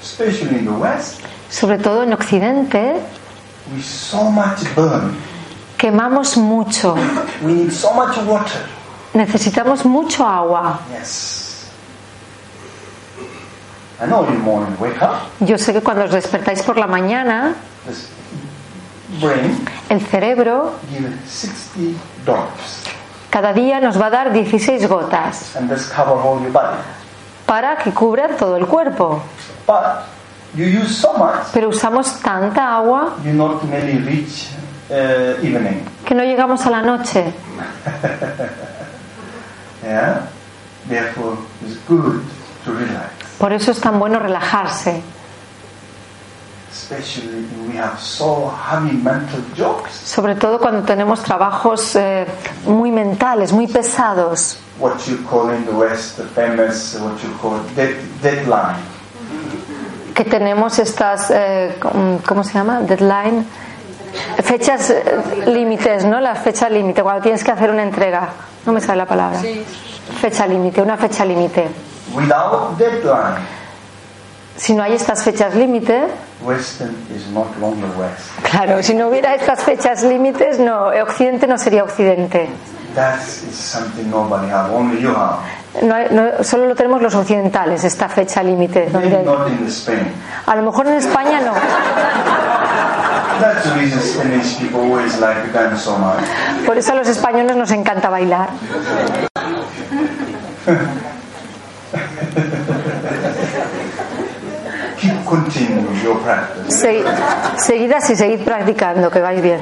[SPEAKER 1] especially in the West,
[SPEAKER 2] Sobre todo en Occidente,
[SPEAKER 1] we so much burn.
[SPEAKER 2] Quemamos mucho,
[SPEAKER 1] We need so much water.
[SPEAKER 2] necesitamos mucho agua.
[SPEAKER 1] Yes. I know in the morning, wake up,
[SPEAKER 2] Yo sé que cuando os despertáis por la mañana,
[SPEAKER 1] this brain
[SPEAKER 2] el cerebro
[SPEAKER 1] give 60 drops
[SPEAKER 2] cada día nos va a dar 16 gotas
[SPEAKER 1] and this cover all your body.
[SPEAKER 2] para que cubran todo el cuerpo.
[SPEAKER 1] But you use so much,
[SPEAKER 2] Pero usamos tanta agua
[SPEAKER 1] you not really reach uh, evening.
[SPEAKER 2] que no llegamos a la noche.
[SPEAKER 1] Yeah? Therefore, it's good to relax,
[SPEAKER 2] Por eso es tan bueno relajarse,
[SPEAKER 1] especially if we have so heavy mental jobs.
[SPEAKER 2] sobre todo cuando tenemos trabajos eh, muy mentales, muy pesados,
[SPEAKER 1] What you call in the West the famous, what you call dead, deadline.
[SPEAKER 2] que tenemos estas, eh, com- ¿cómo se llama? Deadline, fechas eh, límites, ¿no? La fecha límite, cuando tienes que hacer una entrega, no me sale la palabra. Fecha límite, una fecha límite.
[SPEAKER 1] Without deadline,
[SPEAKER 2] Si no hay estas fechas límite,
[SPEAKER 1] Western is not longer West.
[SPEAKER 2] claro, si no hubiera estas fechas límites, no, Occidente no sería Occidente.
[SPEAKER 1] That is something nobody have, only you have.
[SPEAKER 2] No hay- no- solo lo tenemos los occidentales, esta fecha límite. donde
[SPEAKER 1] Maybe
[SPEAKER 2] hay-
[SPEAKER 1] not in Spain.
[SPEAKER 2] A lo mejor en España no.
[SPEAKER 1] That's the reason Spanish people always like to dance so much.
[SPEAKER 2] Por eso a los españoles nos encanta bailar.
[SPEAKER 1] Keep continuing your practice.
[SPEAKER 2] Segui- seguid así, seguid practicando, que vais bien.